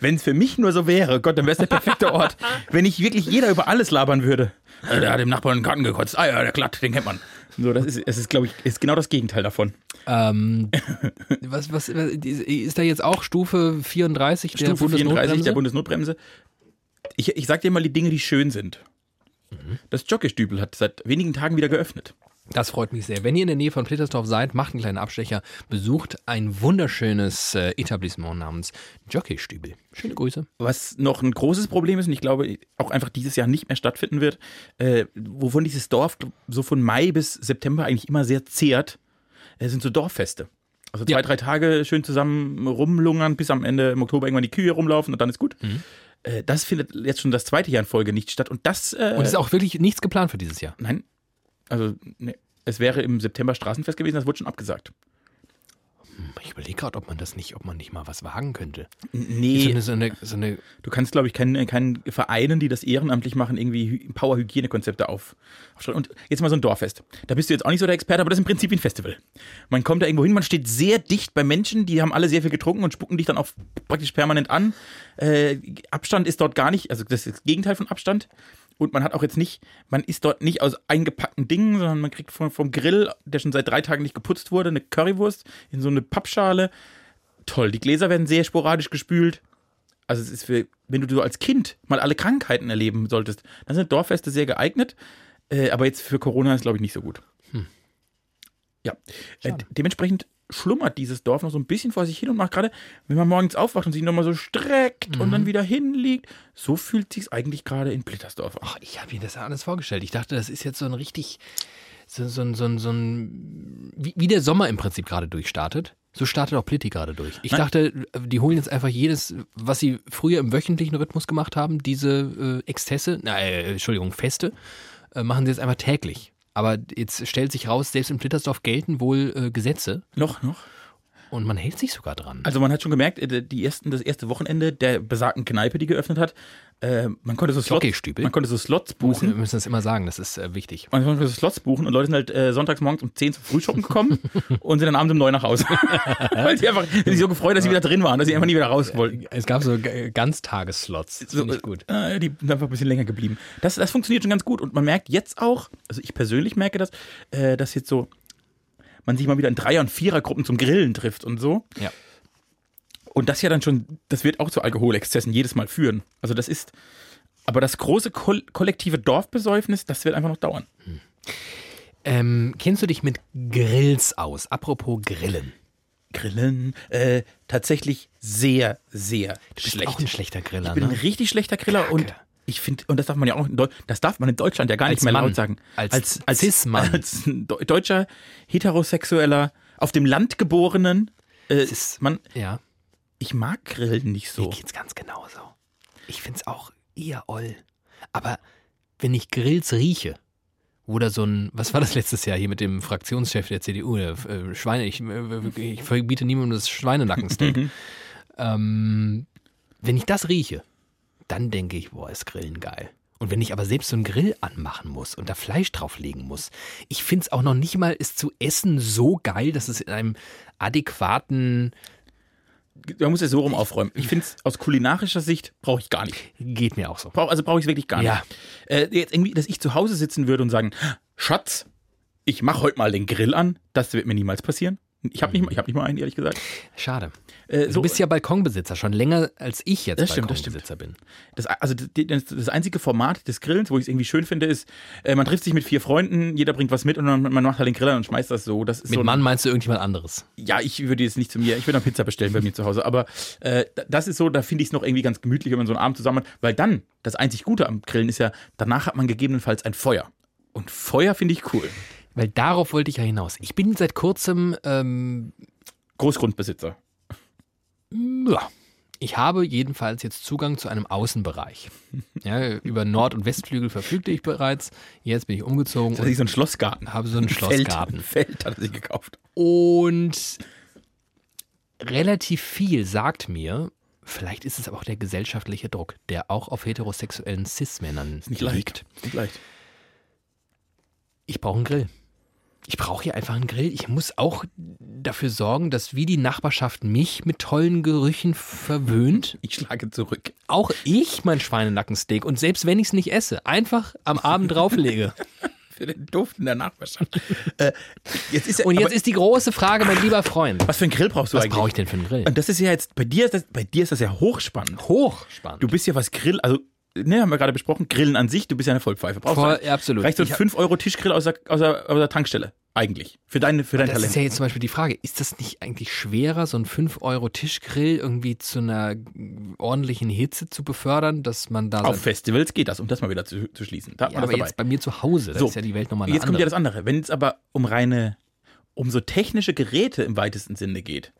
Speaker 1: wenn es für mich nur so wäre, Gott, dann wäre es der perfekte Ort. wenn ich wirklich jeder über alles labern würde. Äh, Der hat dem Nachbarn einen Garten gekotzt. Ah ja, der glatt, den kennt man. So, das ist, es ist, glaube ich, ist genau das Gegenteil davon.
Speaker 2: Ähm, was, was, was- ist da jetzt auch Stufe 34 der
Speaker 1: Stufe 34 der
Speaker 2: Bundesnotbremse?
Speaker 1: Bundesnotbremse. Ich, ich sag dir mal die Dinge, die schön sind. Das Jockeystübel hat seit wenigen Tagen wieder geöffnet.
Speaker 2: Das freut mich sehr. Wenn ihr in der Nähe von Plittersdorf seid, macht einen kleinen Abstecher, besucht ein wunderschönes äh, Etablissement namens Jockeystübel. Schöne Grüße.
Speaker 1: Was noch ein großes Problem ist und ich glaube auch einfach dieses Jahr nicht mehr stattfinden wird, äh, wovon dieses Dorf so von Mai bis September eigentlich immer sehr zehrt, äh, sind so Dorffeste. Also zwei,
Speaker 2: Ja.
Speaker 1: drei Tage schön zusammen rumlungern, bis am Ende im Oktober irgendwann die Kühe rumlaufen und dann ist gut.
Speaker 2: Mhm.
Speaker 1: Äh, das findet jetzt schon das zweite Jahr in Folge nicht statt und das. Äh,
Speaker 2: Und es ist auch wirklich nichts geplant für dieses Jahr.
Speaker 1: Nein. Also, nee. Es wäre im September Straßenfest gewesen, das wurde schon abgesagt.
Speaker 2: Ich überlege gerade, ob man das nicht, ob man nicht mal was wagen könnte. So
Speaker 1: Nee.
Speaker 2: eine, so eine, so eine
Speaker 1: Du kannst, glaube ich, keinen, äh, keinen Vereinen, die das ehrenamtlich machen, irgendwie Hy- Power-Hygienekonzepte auf, aufschreiben. Und jetzt mal so ein Dorffest. Da bist du jetzt auch nicht so der Experte, aber das ist im Prinzip wie ein Festival. Man kommt da irgendwo hin, man steht sehr dicht bei Menschen, die haben alle sehr viel getrunken und spucken dich dann auch praktisch permanent an. Äh, Abstand ist dort gar nicht, also das ist das Gegenteil von Abstand. Und man hat auch jetzt nicht, man isst dort nicht aus eingepackten Dingen, sondern man kriegt vom, vom Grill, der schon seit drei Tagen nicht geputzt wurde, eine Currywurst in so eine Pappschale. Toll, die Gläser werden sehr sporadisch gespült. Also es ist für, wenn du so als Kind mal alle Krankheiten erleben solltest, dann sind Dorffeste sehr geeignet. Äh, aber jetzt für Corona ist, glaube ich, nicht so gut. Ja. Äh, de- dementsprechend schlummert dieses Dorf noch so ein bisschen vor sich hin und macht gerade, wenn man morgens aufwacht und sich nochmal so streckt und dann wieder hinliegt, so fühlt sich's eigentlich gerade in Blittersdorf an.
Speaker 2: Ach, ich habe mir das alles vorgestellt. Ich dachte, das ist jetzt so ein richtig, so, so, ein- so, ein- so ein, wie, wie der Sommer im Prinzip gerade durchstartet, so startet auch Politik gerade durch. Ich
Speaker 1: Nein.
Speaker 2: dachte, die holen jetzt einfach jedes, was sie früher im wöchentlichen Rhythmus gemacht haben, diese äh, Exzesse, na, äh, Entschuldigung, Feste, äh, machen sie jetzt einfach täglich. Aber jetzt stellt sich raus, selbst in Plittersdorf gelten wohl äh, Gesetze
Speaker 1: Noch, noch.
Speaker 2: und man hält sich sogar dran.
Speaker 1: Also man hat schon gemerkt, äh, die ersten, das erste Wochenende der besagten Kneipe, die geöffnet hat, äh, man konnte so Slots,
Speaker 2: Jockey-Stübel.
Speaker 1: man konnte so Slots
Speaker 2: Wir
Speaker 1: buchen.
Speaker 2: müssen das immer sagen, das ist äh, wichtig.
Speaker 1: Man konnte so Slots buchen und Leute sind halt äh, sonntags morgens um 10 zum Frühschoppen gekommen und sind dann abends um 9 nach Hause. Weil sie einfach sich so gefreut, dass sie wieder drin waren, dass sie einfach nie wieder raus wollten.
Speaker 2: Es gab so G- Ganztagesslots. Das finde ich gut.
Speaker 1: Äh, die sind einfach ein bisschen länger geblieben. Das, das funktioniert schon ganz gut und man merkt jetzt auch, also ich persönlich merke das, äh, dass jetzt so man sich mal wieder in Dreier- und Vierergruppen zum Grillen trifft und so.
Speaker 2: Ja.
Speaker 1: Und das ja dann schon, das wird auch zu Alkoholexzessen jedes Mal führen. Also das ist, aber das große Kol kollektive Dorfbesäufnis, das wird einfach noch dauern.
Speaker 2: Ähm, kennst du dich mit Grills aus? Apropos Grillen.
Speaker 1: Grillen, äh, tatsächlich sehr, sehr
Speaker 2: Du bist
Speaker 1: schlecht.
Speaker 2: auch ein schlechter Griller,
Speaker 1: ich bin ein
Speaker 2: ne?
Speaker 1: richtig schlechter Griller
Speaker 2: Kacke.
Speaker 1: und ich finde, und das darf man ja auch, in Deu- das darf man in Deutschland ja gar
Speaker 2: Als
Speaker 1: nicht mehr
Speaker 2: Mann.
Speaker 1: laut sagen.
Speaker 2: Als
Speaker 1: als,
Speaker 2: Cis-Mann.
Speaker 1: als ein Deu- deutscher, heterosexueller, auf dem Land geborenen, äh,
Speaker 2: Cis-
Speaker 1: man,
Speaker 2: Ja,
Speaker 1: ich mag Grillen nicht so.
Speaker 2: mir geht's ganz genauso. Ich find's auch eher oll. Aber wenn ich Grills rieche, oder so ein, was war das letztes Jahr hier mit dem Fraktionschef der CDU, der äh, Schweine, ich, äh, ich verbiete niemandem das Schweinenackensteak. ähm, wenn ich das rieche, dann denke ich, boah, ist Grillen geil. Und wenn ich aber selbst so einen Grill anmachen muss und da Fleisch drauflegen muss, ich finde es auch noch nicht mal, es zu essen so geil, dass es in einem adäquaten
Speaker 1: Man muss es so rum aufräumen. Ich finde es aus kulinarischer Sicht brauche ich gar nicht.
Speaker 2: Geht mir auch so.
Speaker 1: Brauch, also brauche ich es wirklich gar nicht.
Speaker 2: Ja.
Speaker 1: Äh, jetzt irgendwie, dass ich zu Hause sitzen würde und sagen, Schatz, ich mache heute mal den Grill an. Das wird mir niemals passieren. Ich habe nicht, mal- ich hab nicht mal einen, ehrlich gesagt.
Speaker 2: Schade.
Speaker 1: Äh,
Speaker 2: Also Du
Speaker 1: so-
Speaker 2: bist ja Balkonbesitzer, schon länger als ich jetzt
Speaker 1: Das stimmt, das
Speaker 2: Balkonbesitzer bin.
Speaker 1: das, also die- das, das einzige Format des Grillens, wo ich es irgendwie schön finde, ist, äh, man trifft sich mit vier Freunden, jeder bringt was mit und man, man macht halt den Grill an und schmeißt das so. Das ist
Speaker 2: Mit
Speaker 1: so,
Speaker 2: Mann meinst du irgendjemand anderes?
Speaker 1: Ja, ich würde jetzt nicht zu mir, ich würde eine Pizza bestellen bei mir zu Hause, aber äh, d- das ist so, da finde ich es noch irgendwie ganz gemütlich, wenn man so einen Abend zusammen hat, weil dann, das einzig Gute am Grillen ist ja, danach hat man gegebenenfalls ein Feuer. Und Feuer finde ich cool.
Speaker 2: Weil darauf wollte ich ja hinaus. Ich bin seit kurzem, ähm,
Speaker 1: Großgrundbesitzer.
Speaker 2: ja, ich habe jedenfalls jetzt Zugang zu einem Außenbereich. Ja, über Nord- und Westflügel verfügte ich bereits. Jetzt bin ich umgezogen
Speaker 1: Das ist
Speaker 2: und
Speaker 1: so ein Schlossgarten.
Speaker 2: habe so einen Schlossgarten.
Speaker 1: Feld, Feld hat er sich gekauft.
Speaker 2: Und relativ viel sagt mir, vielleicht ist es aber auch der gesellschaftliche Druck, der auch auf heterosexuellen Cis-Männern
Speaker 1: Nicht leicht.
Speaker 2: liegt.
Speaker 1: Nicht leicht.
Speaker 2: ich brauche einen Grill. Ich brauche hier einfach einen Grill. Ich muss auch dafür sorgen, dass wie die Nachbarschaft mich mit tollen Gerüchen verwöhnt,
Speaker 1: Ich schlage zurück.
Speaker 2: auch ich mein Schweinenackensteak und selbst wenn ich es nicht esse, einfach am Abend drauflege.
Speaker 1: Für den Duft in der Nachbarschaft. äh, jetzt ist ja,
Speaker 2: Und jetzt
Speaker 1: aber
Speaker 2: ist die große Frage, mein lieber Freund,
Speaker 1: was für einen Grill brauchst du
Speaker 2: was
Speaker 1: eigentlich?
Speaker 2: brauche ich denn für einen Grill?
Speaker 1: Und das ist ja jetzt, bei dir ist das, bei dir ist das ja hochspannend.
Speaker 2: Hochspannend.
Speaker 1: Du bist ja was Grill, also, ne, haben wir gerade besprochen, Grillen an sich, du bist ja eine Vollpfeife. Brauchst
Speaker 2: Voll-
Speaker 1: du,
Speaker 2: ja, absolut.
Speaker 1: Reicht so ein
Speaker 2: Ich hab-
Speaker 1: 5-Euro-Tischgrill aus der, aus, der, aus der Tankstelle, eigentlich. Für, deine, für dein
Speaker 2: das ist
Speaker 1: Talent.
Speaker 2: ja jetzt zum Beispiel die Frage, ist das nicht eigentlich schwerer, so einen 5-Euro-Tischgrill irgendwie zu einer ordentlichen Hitze zu befördern, dass man da...
Speaker 1: Auf Festivals geht das, um das mal wieder zu, zu schließen. Da hat
Speaker 2: ja,
Speaker 1: man
Speaker 2: aber
Speaker 1: das dabei.
Speaker 2: jetzt bei mir zu Hause, da
Speaker 1: So,
Speaker 2: ist ja die Welt nochmal eine
Speaker 1: Jetzt kommt ja
Speaker 2: andere.
Speaker 1: das andere. Wenn es aber um reine, um so technische Geräte im weitesten Sinne geht,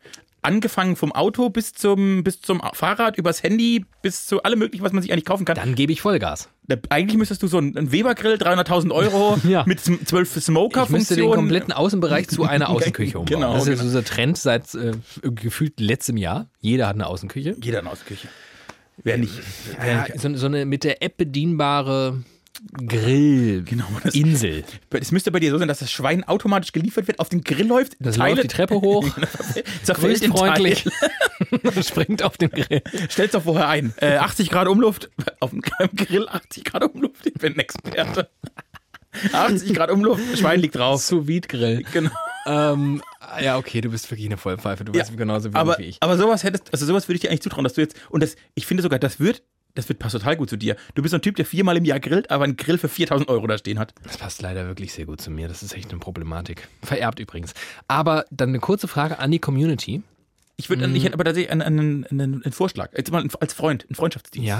Speaker 1: angefangen vom Auto bis zum, bis zum Fahrrad, übers Handy, bis zu allem möglichen, was man sich eigentlich kaufen kann.
Speaker 2: Dann gebe ich Vollgas.
Speaker 1: Da, eigentlich müsstest du so einen einen Weber-Grill, 300.000 Euro,
Speaker 2: Ja.
Speaker 1: mit sm- 12 smoker
Speaker 2: Ich müsste den
Speaker 1: funktionen
Speaker 2: kompletten Außenbereich zu einer Außenküche umbauen.
Speaker 1: Genau,
Speaker 2: das ist ja so dieser Trend seit äh, gefühlt letztem Jahr. Jeder hat eine Außenküche. Äh,
Speaker 1: Jeder in der Außenküche. Wer nicht? Wer nicht.
Speaker 2: so, so eine mit der App bedienbare Grill.
Speaker 1: Genau, das-
Speaker 2: Insel.
Speaker 1: Es müsste bei dir so sein, dass das Schwein automatisch geliefert wird, auf den Grill läuft,
Speaker 2: Das läuft die Treppe hoch,
Speaker 1: zerfällt in
Speaker 2: grillfreundlich,
Speaker 1: Teile,
Speaker 2: springt auf den Grill.
Speaker 1: stellst doch vorher ein. Äh, 80 Grad Umluft, auf dem Grill 80 Grad Umluft, ich bin ein Experte. 80 Grad Umluft, Schwein liegt drauf.
Speaker 2: Sous Vide Grill.
Speaker 1: Genau.
Speaker 2: Ähm, ja, okay, du bist wirklich eine Vollpfeife. Du bist genauso wenig
Speaker 1: aber,
Speaker 2: Genau, wie ich.
Speaker 1: aber sowas hättest, also sowas würde ich dir eigentlich zutrauen, dass du jetzt, und das, ich finde sogar, das wird, das wird passt total gut zu dir. Du bist so ein Typ, der viermal im Jahr grillt, aber einen Grill für 4000 Euro da stehen hat.
Speaker 2: Das passt leider wirklich sehr gut zu mir. Das ist echt eine Problematik. Vererbt übrigens. Aber dann eine kurze Frage an die Community. Mhm.
Speaker 1: Ich würde, ich hätte aber tatsächlich einen, einen, einen, einen Vorschlag. Jetzt mal als Freund, einen Freundschaftsdienst.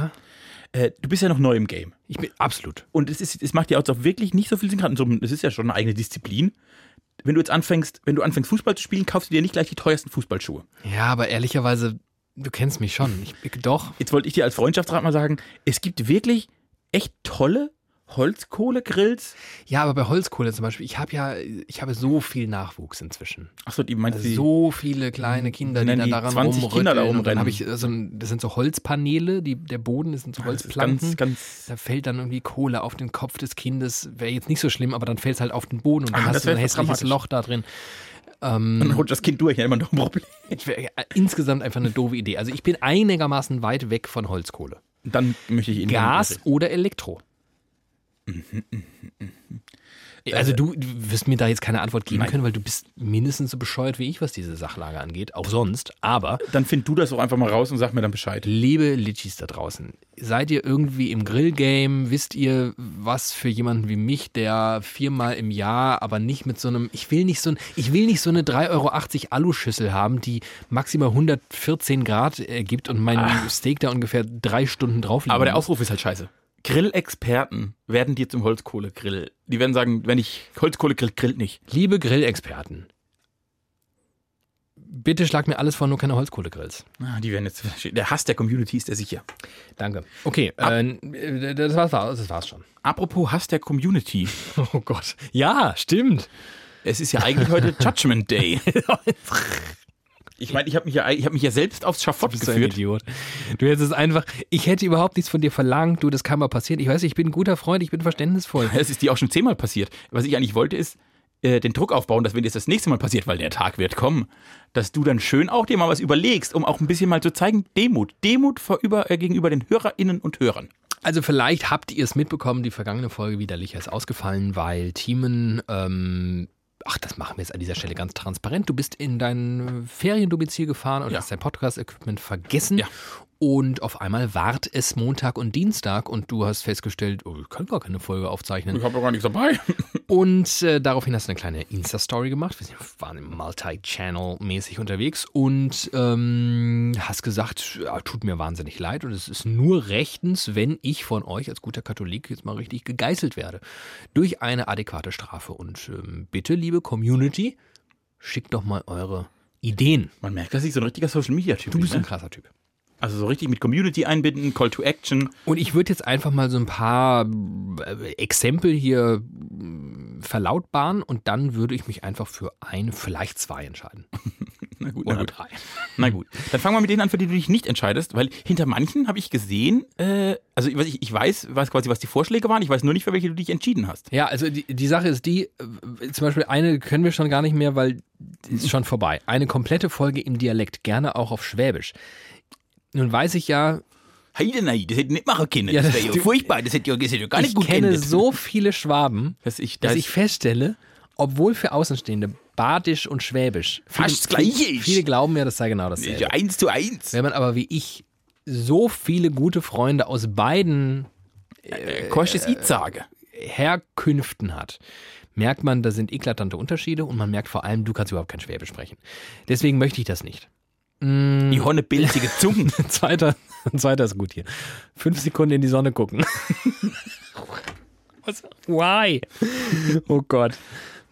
Speaker 1: äh, du bist ja noch neu im Game.
Speaker 2: Ich bin absolut.
Speaker 1: Und es, ist, es macht dir auch wirklich nicht so viel Sinn, gerade in so einem- es ist ja schon eine eigene Disziplin. Wenn du jetzt anfängst, wenn du anfängst Fußball zu spielen, kaufst du dir nicht gleich die teuersten Fußballschuhe.
Speaker 2: Ja, aber ehrlicherweise, du kennst mich schon. Ich, ich, doch.
Speaker 1: Jetzt wollte ich dir als Freundschaftsrat mal sagen, es gibt wirklich echt tolle Holzkohlegrills.
Speaker 2: Ja, aber bei Holzkohle zum Beispiel, ich habe ja, ich habe so viel Nachwuchs inzwischen.
Speaker 1: Achso, die meinst
Speaker 2: Also
Speaker 1: du?
Speaker 2: so viele kleine Kinder, die
Speaker 1: Wenn
Speaker 2: dann
Speaker 1: dann die
Speaker 2: daran
Speaker 1: 20
Speaker 2: rumrütteln.
Speaker 1: Kinder da
Speaker 2: und dann
Speaker 1: rumrennen.
Speaker 2: habe ich äh, so ein, das sind so Holzpaneele, die, der Boden das sind so
Speaker 1: das ist ganz,
Speaker 2: Holzplanken.
Speaker 1: ganz.
Speaker 2: Da fällt dann irgendwie Kohle auf den Kopf des Kindes. Wäre jetzt nicht so schlimm, aber dann fällt es halt auf den Boden und dann
Speaker 1: Ah,
Speaker 2: hast
Speaker 1: das
Speaker 2: du so ein
Speaker 1: wär
Speaker 2: hässliches
Speaker 1: dramatisch.
Speaker 2: Loch da drin.
Speaker 1: Dann rutscht das Kind durch, ja, immer noch ein Problem.
Speaker 2: Ich wär, äh, insgesamt einfach eine doofe Idee. Also ich bin einigermaßen weit weg von Holzkohle.
Speaker 1: Dann möchte ich Ihnen
Speaker 2: Gas oder Elektro?
Speaker 1: Mhm,
Speaker 2: Also du wirst mir da jetzt keine Antwort geben
Speaker 1: Nein.
Speaker 2: können, weil du bist mindestens so bescheuert wie ich, was diese Sachlage angeht. Auch sonst. Aber
Speaker 1: Dann find du das doch einfach mal raus und sag mir dann Bescheid.
Speaker 2: liebe Litschis da draußen, seid ihr irgendwie im Grillgame? Wisst ihr, was für jemanden wie mich, der viermal im Jahr, aber nicht mit so einem, ich will nicht so, ein, ich will nicht so eine 3,80 Euro Aluschüssel haben, die maximal 114 Grad ergibt und mein Steak da ungefähr drei Stunden drauf liegen
Speaker 1: Ah. Aber der
Speaker 2: muss.
Speaker 1: Ausruf ist halt scheiße. Grillexperten werden dir zum Holzkohlegrill. Die werden sagen, wenn ich Holzkohlegrill grillt nicht.
Speaker 2: Liebe Grillexperten, bitte schlag mir alles vor, nur keine Holzkohlegrills.
Speaker 1: Ah, die werden jetzt der Hass der Community ist der sicher.
Speaker 2: Danke. Okay, äh, das, war's, das war's schon.
Speaker 1: Apropos Hass der Community.
Speaker 2: Oh Gott. Ja, stimmt.
Speaker 1: Es ist ja eigentlich heute Judgment Day. Ich meine, ich habe mich, ja, ich hab mich ja selbst aufs Schafott
Speaker 2: Bist du ein
Speaker 1: geführt.
Speaker 2: Idiot. Du hättest es einfach, ich hätte überhaupt nichts von dir verlangt, du, das kann mal passieren. Ich weiß, ich bin ein guter Freund, ich bin verständnisvoll.
Speaker 1: Es ist dir auch schon zehnmal passiert. Was ich eigentlich wollte, ist äh, den Druck aufbauen, dass wenn dir das, das nächste Mal passiert, weil der Tag wird kommen, dass du dann schön auch dir mal was überlegst, um auch ein bisschen mal zu zeigen, Demut. Demut vorüber, äh, gegenüber den HörerInnen und Hörern.
Speaker 2: Also vielleicht habt ihr es mitbekommen, die vergangene Folge widerlicher ist ausgefallen, weil Thiemen, ähm, ach, das machen wir jetzt an dieser Stelle ganz transparent. Du bist in dein äh, Feriendomizil gefahren und
Speaker 1: Ja.
Speaker 2: hast dein Podcast-Equipment vergessen.
Speaker 1: Ja.
Speaker 2: Und auf einmal ward es Montag und Dienstag und du hast festgestellt, oh, ich kann gar keine Folge aufzeichnen.
Speaker 1: habe doch gar nichts dabei.
Speaker 2: Und äh, daraufhin hast du eine kleine Insta-Story gemacht. Wir sind- waren im Multi-Channel-mäßig unterwegs und ähm, hast gesagt, ja, tut mir wahnsinnig leid und es ist nur rechtens, wenn ich von euch als guter Katholik jetzt mal richtig gegeißelt werde. Durch eine adäquate Strafe. Und ähm, bitte, liebe Community, schickt doch mal eure Ideen.
Speaker 1: Man merkt, dass ich so ein richtiger Social Media Typ
Speaker 2: Du bist
Speaker 1: bin.
Speaker 2: ein
Speaker 1: Ne?
Speaker 2: krasser Typ.
Speaker 1: Also so richtig mit Community einbinden, Call to Action.
Speaker 2: Und ich würde jetzt einfach mal so ein paar äh, Exempel hier mh, verlautbaren und dann würde ich mich einfach für ein, vielleicht zwei entscheiden.
Speaker 1: Na gut,
Speaker 2: Oder drei.
Speaker 1: Na gut, dann fangen wir mit denen an, für die du dich nicht entscheidest, weil hinter manchen habe ich gesehen, äh, also ich, weiß- ich, ich weiß, was quasi, was die Vorschläge waren, ich weiß nur nicht, für welche du dich entschieden hast.
Speaker 2: Ja, also die, die Sache ist die, äh, zum Beispiel eine können wir schon gar nicht mehr, weil die ist schon vorbei. Eine komplette Folge im Dialekt, gerne auch auf Schwäbisch. Nun weiß ich ja,
Speaker 1: Heidenei, das hätte ich nicht machen können.
Speaker 2: Ja,
Speaker 1: das
Speaker 2: das
Speaker 1: wäre ja
Speaker 2: du-
Speaker 1: furchtbar, das hätte ja, das hätte ja gar nicht
Speaker 2: ich
Speaker 1: gut
Speaker 2: kenne
Speaker 1: geendet.
Speaker 2: so viele Schwaben,
Speaker 1: dass ich,
Speaker 2: dass
Speaker 1: dass
Speaker 2: ich feststelle, obwohl für Außenstehende Badisch und Schwäbisch viele-
Speaker 1: Fast das Gleiche ist.
Speaker 2: Viele glauben ja, das sei genau dasselbe.
Speaker 1: ja, eins zu eins.
Speaker 2: Wenn man aber wie ich so viele gute Freunde aus beiden
Speaker 1: Äh, Kosch ist Izage.
Speaker 2: Herkünften hat, merkt man, da sind eklatante Unterschiede und man merkt vor allem, du kannst überhaupt kein Schwäbisch sprechen. Deswegen möchte ich das nicht. Hm.
Speaker 1: Die Honne bilzige Zungen.
Speaker 2: Zweiter, zweiter ist gut hier. Fünf Sekunden in die Sonne gucken. Was? Why? Oh Gott.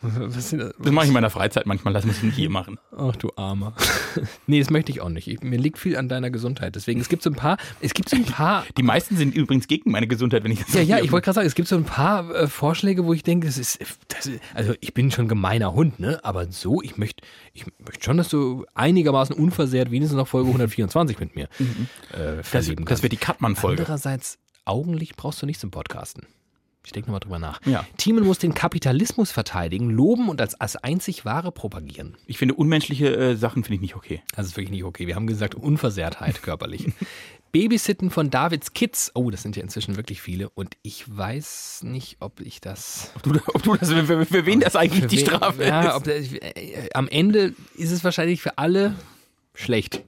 Speaker 2: Was sind das?
Speaker 1: Das mache ich in meiner Freizeit manchmal, lass mich nicht hier machen.
Speaker 2: Ach du Armer. nee, das möchte ich auch nicht. Ich, mir liegt viel an deiner Gesundheit. Deswegen, es gibt so ein paar, es gibt so ein paar
Speaker 1: Die meisten sind übrigens gegen meine Gesundheit, wenn ich das
Speaker 2: Ja, ja,
Speaker 1: hier-
Speaker 2: ich wollte gerade sagen, es gibt so ein paar äh, Vorschläge, wo ich denke, das ist, das ist, also ich bin schon gemeiner Hund, ne? Aber so, ich möchte, ich möchte schon, dass du einigermaßen unversehrt wenigstens noch Folge 124 mit mir äh,
Speaker 1: Mhm. das,
Speaker 2: verleben
Speaker 1: das
Speaker 2: kannst.
Speaker 1: wird die Kattmann-Folge.
Speaker 2: Andererseits, Augenlicht brauchst du nicht zum Podcasten. Ich denke nochmal drüber nach.
Speaker 1: Ja.
Speaker 2: Thiemen muss den Kapitalismus verteidigen, loben und als, als einzig Wahre propagieren.
Speaker 1: Ich finde, unmenschliche äh, Sachen finde ich nicht okay.
Speaker 2: Das ist wirklich nicht okay. Wir haben gesagt, Unversehrtheit körperlich. Babysitten von Davids Kids. Oh, das sind ja inzwischen wirklich viele. Und ich weiß nicht, ob ich das.
Speaker 1: Ob du, ob du das, für, für, für wen das eigentlich die
Speaker 2: Für wen-
Speaker 1: Strafe
Speaker 2: ja,
Speaker 1: ist.
Speaker 2: ob das, äh, am Ende ist es wahrscheinlich für alle schlecht.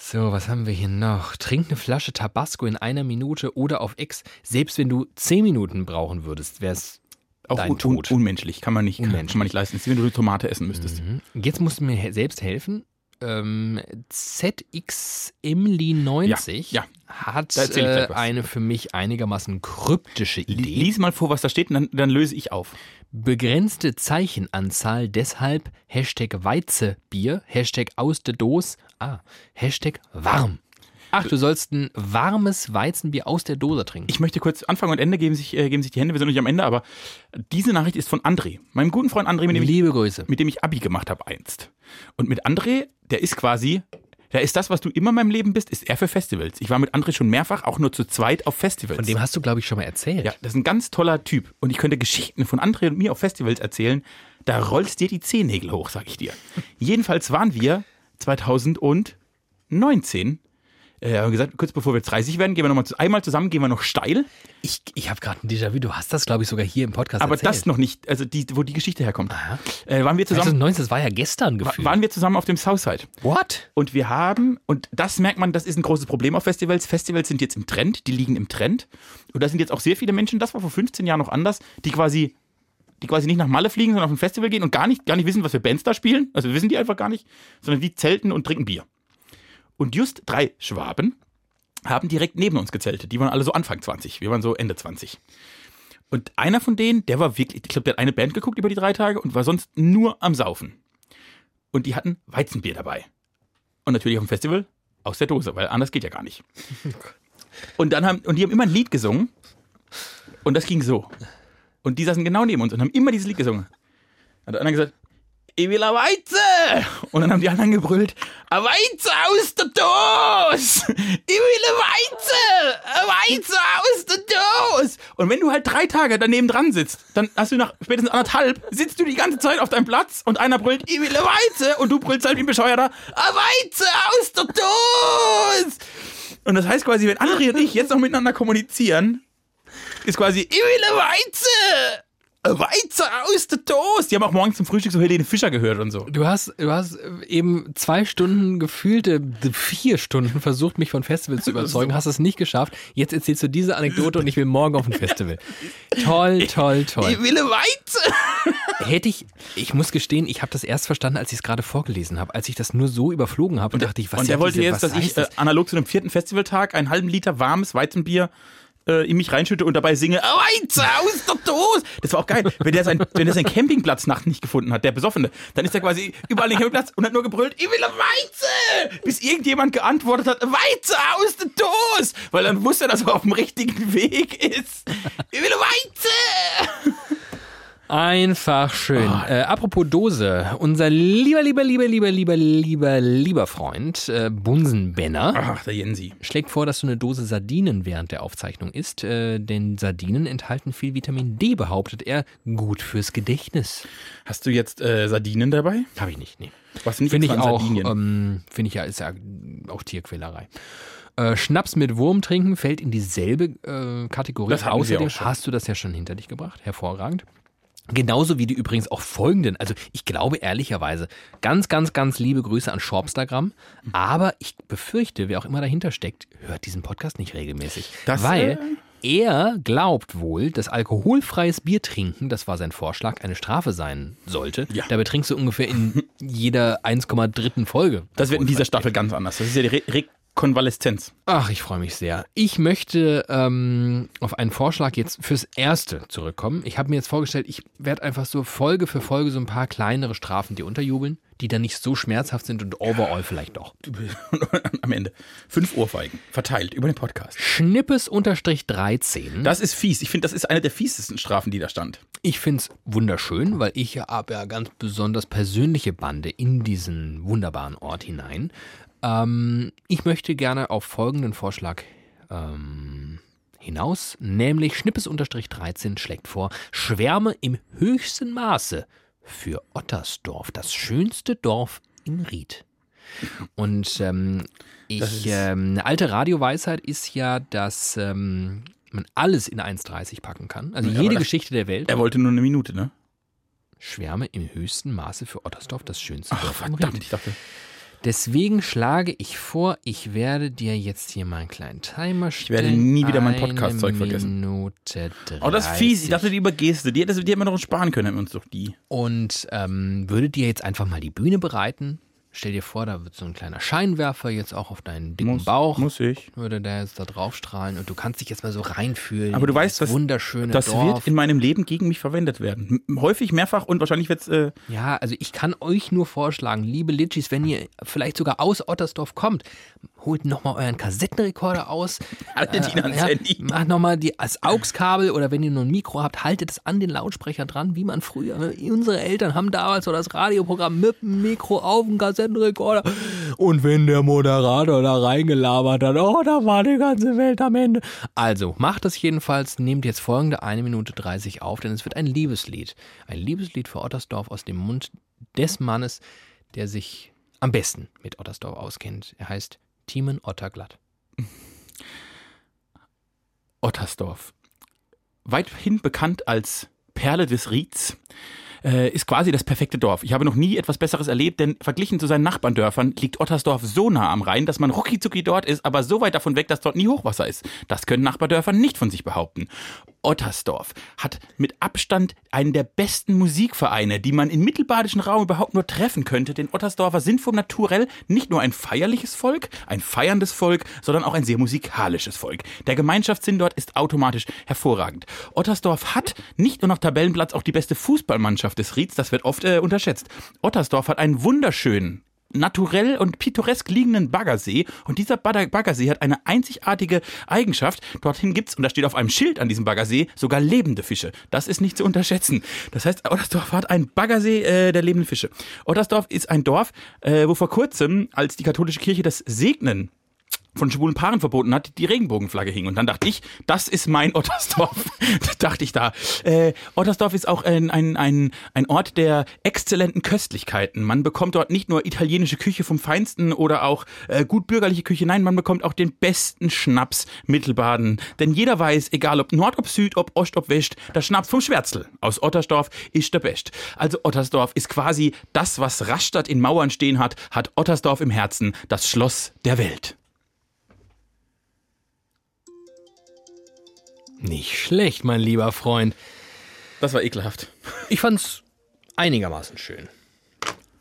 Speaker 2: So, was haben wir hier noch? Trink eine Flasche Tabasco in einer Minute oder auf X. Selbst wenn du zehn Minuten brauchen würdest, wäre es
Speaker 1: Auch un
Speaker 2: dein
Speaker 1: un
Speaker 2: Tod.
Speaker 1: unmenschlich, Mhm. kann man nicht, kann,
Speaker 2: Unmenschlich.
Speaker 1: kann man nicht leisten. Das ist, wie wenn du Tomate essen müsstest.
Speaker 2: Jetzt musst du mir he- selbst helfen. ähm, ZXMLI90
Speaker 1: Ja,
Speaker 2: hat
Speaker 1: Da erzähl ich gleich
Speaker 2: äh,
Speaker 1: was.
Speaker 2: eine für mich einigermaßen kryptische Idee.
Speaker 1: Lies mal vor, was da steht, und dann, dann löse ich auf.
Speaker 2: Begrenzte Zeichenanzahl deshalb Hashtag Weizebier, Hashtag aus der Dose, ah, Hashtag warm. Ach, du sollst ein warmes Weizenbier aus der Dose trinken.
Speaker 1: Ich möchte kurz Anfang und Ende geben sich, äh, geben sich die Hände, wir sind noch nicht am Ende, aber diese Nachricht ist von André, meinem guten Freund André, mit dem ich
Speaker 2: Liebe Grüße.
Speaker 1: mit dem ich Abi gemacht habe einst. Und mit André, der ist quasi, der ist das, was du immer in meinem Leben bist, ist er für Festivals. Ich war mit André schon mehrfach, auch nur zu zweit, auf Festivals.
Speaker 2: Von dem hast du, glaube ich, schon mal erzählt.
Speaker 1: ja, das ist ein ganz toller Typ. Und ich könnte Geschichten von André und mir auf Festivals erzählen. Da rollst dir die Zehennägel hoch, sag ich dir. Jedenfalls waren wir 2019, äh, haben gesagt, kurz bevor wir 30 werden, gehen wir nochmal zu, einmal zusammen, gehen wir noch steil.
Speaker 2: Ich, ich habe gerade ein Déjà-vu. Du hast das, glaube ich, sogar hier im Podcast
Speaker 1: Aber
Speaker 2: erzählt.
Speaker 1: das noch nicht, also die, wo die Geschichte herkommt. Äh, waren, wir zusammen,
Speaker 2: 2019, das war ja gestern gefühlt.
Speaker 1: waren wir zusammen auf dem Southside.
Speaker 2: What?
Speaker 1: Und wir haben, und das merkt man, das ist ein großes Problem auf Festivals. Festivals sind jetzt im Trend, die liegen im Trend. Und da sind jetzt auch sehr viele Menschen, das war vor 15 Jahren noch anders, die quasi, die quasi nicht nach Malle fliegen, sondern auf ein Festival gehen und gar nicht, gar nicht wissen, was für Bands da spielen. Also wissen die einfach gar nicht, sondern die zelten und trinken Bier. Und just drei Schwaben haben direkt neben uns gezeltet. Die waren alle so Anfang 20, wir waren so Ende 20. Und einer von denen, der war wirklich, ich glaube, der hat eine Band geguckt über die drei Tage und war sonst nur am Saufen. Und die hatten Weizenbier dabei. Und natürlich auf dem Festival aus der Dose, weil anders geht ja gar nicht. Und dann haben, und die haben immer ein Lied gesungen. Und das ging so. Und die saßen genau neben uns und haben immer dieses Lied gesungen. Hat einer gesagt, ich will eine Weize! Und dann haben die anderen gebrüllt, eine Weize aus der Dose! Ich will eine Weize! Eine Weize aus der Dose! Und wenn du halt drei Tage daneben dran sitzt, dann hast du nach spätestens anderthalb, sitzt du die ganze Zeit auf deinem Platz und einer brüllt, ich will eine Weize! Und du brüllst halt wie ein Bescheuerter, eine Weize aus der Dose! Und das heißt quasi, wenn André und ich jetzt noch miteinander kommunizieren, ist quasi, ich will eine Weize! Eine Weize aus der Dose! Die haben auch morgens zum Frühstück so Helene Fischer gehört und so.
Speaker 2: Du hast, du hast äh, eben zwei Stunden gefühlte, vier Stunden versucht, mich von Festivals zu überzeugen, hast es nicht geschafft. Jetzt erzählst du diese Anekdote und ich will morgen auf ein Festival. Toll, toll,
Speaker 1: Ich
Speaker 2: toll.
Speaker 1: will eine Weize!
Speaker 2: Hätte ich, ich muss gestehen, ich habe das erst verstanden, als ich es gerade vorgelesen habe. Als ich das nur so überflogen habe, dachte ich, was
Speaker 1: und der
Speaker 2: hat
Speaker 1: wollte
Speaker 2: diese,
Speaker 1: jetzt, dass
Speaker 2: was
Speaker 1: ich
Speaker 2: heißt
Speaker 1: äh,
Speaker 2: das?
Speaker 1: analog zu einem vierten Festivaltag einen halben Liter warmes Weizenbier äh, in mich reinschütte und dabei singe, "Ah, Weizen aus der Dose. Das war auch geil. Wenn der, sein, wenn der seinen Campingplatz nachts nicht gefunden hat, der Besoffene, dann ist er quasi überall den Campingplatz und hat nur gebrüllt, ich will eine Weizen! Bis irgendjemand geantwortet hat, Weizen aus der Dose! Weil dann wusste er, dass er auf dem richtigen Weg ist. Ich will eine Weizen!
Speaker 2: Einfach schön.
Speaker 1: Ah.
Speaker 2: Äh, apropos Dose, unser lieber, lieber, lieber, lieber, lieber, lieber, lieber Freund, äh, Bunsenbenner.
Speaker 1: Ach, der Jensi.
Speaker 2: schlägt vor, dass du eine Dose Sardinen während der Aufzeichnung isst, äh, denn Sardinen enthalten viel Vitamin D, behauptet er. Gut fürs Gedächtnis.
Speaker 1: Hast du jetzt äh, Sardinen dabei?
Speaker 2: Habe ich nicht, nee.
Speaker 1: Was nicht
Speaker 2: Finde ich
Speaker 1: extra an
Speaker 2: auch,
Speaker 1: Sardinien?
Speaker 2: ähm, finde ich ja, ist ja auch Tierquälerei. Äh, Schnaps mit Wurm trinken fällt in dieselbe äh, Kategorie.
Speaker 1: Das hatten wir
Speaker 2: Außerdem
Speaker 1: auch schon.
Speaker 2: hast du das ja schon hinter dich gebracht. Hervorragend. Genauso wie die übrigens auch folgenden. Also ich glaube ehrlicherweise, ganz, ganz, ganz liebe Grüße an Shorpstagram. Aber ich befürchte, wer auch immer dahinter steckt, hört diesen Podcast nicht regelmäßig.
Speaker 1: Das, äh,
Speaker 2: weil er glaubt wohl, dass alkoholfreies Bier trinken, das war sein Vorschlag, eine Strafe sein sollte.
Speaker 1: Ja.
Speaker 2: Dabei trinkst du ungefähr in jeder 1,3. Folge.
Speaker 1: das wird in dieser Staffel ganz anders. Das ist ja die Re Rekonvaleszenz.
Speaker 2: Ach, ich freue mich sehr. Ich möchte ähm, auf einen Vorschlag jetzt fürs Erste zurückkommen. Ich habe mir jetzt vorgestellt, ich werde einfach so Folge für Folge so ein paar kleinere Strafen dir unterjubeln, die dann nicht so schmerzhaft sind und overall vielleicht doch.
Speaker 1: am Ende. Fünf Ohrfeigen, verteilt über den Podcast.
Speaker 2: Schnippes-13.
Speaker 1: Das ist fies. Ich finde, das ist eine der fiesesten Strafen, die da stand.
Speaker 2: Ich finde es wunderschön, weil ich habe ja ganz besonders persönliche Bande in diesen wunderbaren Ort hinein. Ähm, ich möchte gerne auf folgenden Vorschlag ähm, hinaus, nämlich Schnippes-13 schlägt vor, Schwärme im höchsten Maße für Ottersdorf, das schönste Dorf in Ried. Und ähm,
Speaker 1: Das ist-
Speaker 2: ich, ähm, eine alte Radioweisheit ist ja, dass ähm, man alles in 1,30 packen kann. Also
Speaker 1: Ja, aber
Speaker 2: jede
Speaker 1: das-
Speaker 2: Geschichte der Welt.
Speaker 1: Er wollte nur eine Minute, ne?
Speaker 2: Schwärme im höchsten Maße für Ottersdorf das schönste
Speaker 1: Ach,
Speaker 2: Dorf im
Speaker 1: verdammt,
Speaker 2: Ried.
Speaker 1: ich dachte.
Speaker 2: Deswegen schlage ich vor, ich werde dir jetzt hier mal einen kleinen Timer stellen.
Speaker 1: werde nie wieder mein
Speaker 2: Eine
Speaker 1: Podcast-Zeug vergessen.
Speaker 2: Minute 30.
Speaker 1: Oh, das ist fies. Ich dachte, die über Geste. Die hätte die hätte man doch sparen können, hätten wir uns doch die.
Speaker 2: Und ähm, würde dir jetzt einfach mal die Bühne bereiten. Stell dir vor, da wird so ein kleiner Scheinwerfer jetzt auch auf deinen dicken
Speaker 1: Muss,
Speaker 2: Bauch.
Speaker 1: muss ich.
Speaker 2: Würde der jetzt da drauf strahlen und du kannst dich jetzt mal so reinfühlen.
Speaker 1: Aber du
Speaker 2: in
Speaker 1: weißt,
Speaker 2: das
Speaker 1: das,
Speaker 2: wunderschöne
Speaker 1: das
Speaker 2: Dorf.
Speaker 1: wird in meinem Leben gegen mich verwendet werden. M häufig, mehrfach und wahrscheinlich wird's. Äh,
Speaker 2: Ja, also ich kann euch nur vorschlagen, liebe Litschis, wenn ihr vielleicht sogar aus Ottersdorf kommt, holt nochmal euren Kassettenrekorder aus. Äh,
Speaker 1: Haltet ihn ans Handy.
Speaker 2: Macht nochmal das AUX-Kabel oder wenn ihr nur ein Mikro habt, haltet es an den Lautsprecher dran, wie man früher. ne? Unsere Eltern haben damals so das Radioprogramm mit dem Mikro auf dem Kassettenrekorder. Und wenn der Moderator da reingelabert hat, oh, da war die ganze Welt am Ende. Also, macht es jedenfalls, nehmt jetzt folgende 1 Minute 30 auf, denn es wird ein Liebeslied. Ein Liebeslied für Ottersdorf aus dem Mund des Mannes, der sich am besten mit Ottersdorf auskennt. Er heißt Timon Otterglatt.
Speaker 1: Ottersdorf. Weithin bekannt als Perle des Rieds, äh, ist quasi das perfekte Dorf. Ich habe noch nie etwas Besseres erlebt, denn verglichen zu seinen Nachbarndörfern liegt Ottersdorf so nah am Rhein, dass man ruckizucki dort ist, aber so weit davon weg, dass dort nie Hochwasser ist. Das können Nachbardörfer nicht von sich behaupten. Ottersdorf hat mit Abstand einen der besten Musikvereine, die man im mittelbadischen Raum überhaupt nur treffen könnte, denn Ottersdorfer sind vom Naturell nicht nur ein feierliches Volk, ein feierndes Volk, sondern auch ein sehr musikalisches Volk. Der Gemeinschaftssinn dort ist automatisch hervorragend. Ottersdorf hat nicht nur nach Tabellenplatz auch die beste Fußballmannschaft des Rieds, das wird oft äh, unterschätzt. Ottersdorf hat einen wunderschönen naturell und pittoresk liegenden Baggersee. Und dieser Badder- Baggersee hat eine einzigartige Eigenschaft. Dorthin gibt's, und da steht auf einem Schild an diesem Baggersee, sogar lebende Fische. Das ist nicht zu unterschätzen. Das heißt, Ottersdorf hat einen Baggersee äh, der lebenden Fische. Ottersdorf ist ein Dorf, äh, wo vor kurzem, als die katholische Kirche das Segnen von schwulen Paaren verboten hat, die Regenbogenflagge hing. Und dann dachte ich, das ist mein Ottersdorf. das dachte ich da. Äh, Ottersdorf ist auch ein, ein, ein, ein Ort der exzellenten Köstlichkeiten. Man bekommt dort nicht nur italienische Küche vom Feinsten oder auch äh, gut bürgerliche Küche, nein, man bekommt auch den besten Schnaps Mittelbaden. Denn jeder weiß, egal ob Nord, ob Süd, ob Ost, ob West, der Schnaps vom Schwärzl aus Ottersdorf ist der Best. Also Ottersdorf ist quasi das, was Rastatt in Mauern stehen hat, hat Ottersdorf im Herzen, das Schloss der Welt.
Speaker 2: Nicht schlecht, mein lieber Freund.
Speaker 1: Das war ekelhaft.
Speaker 2: Ich fand's einigermaßen schön.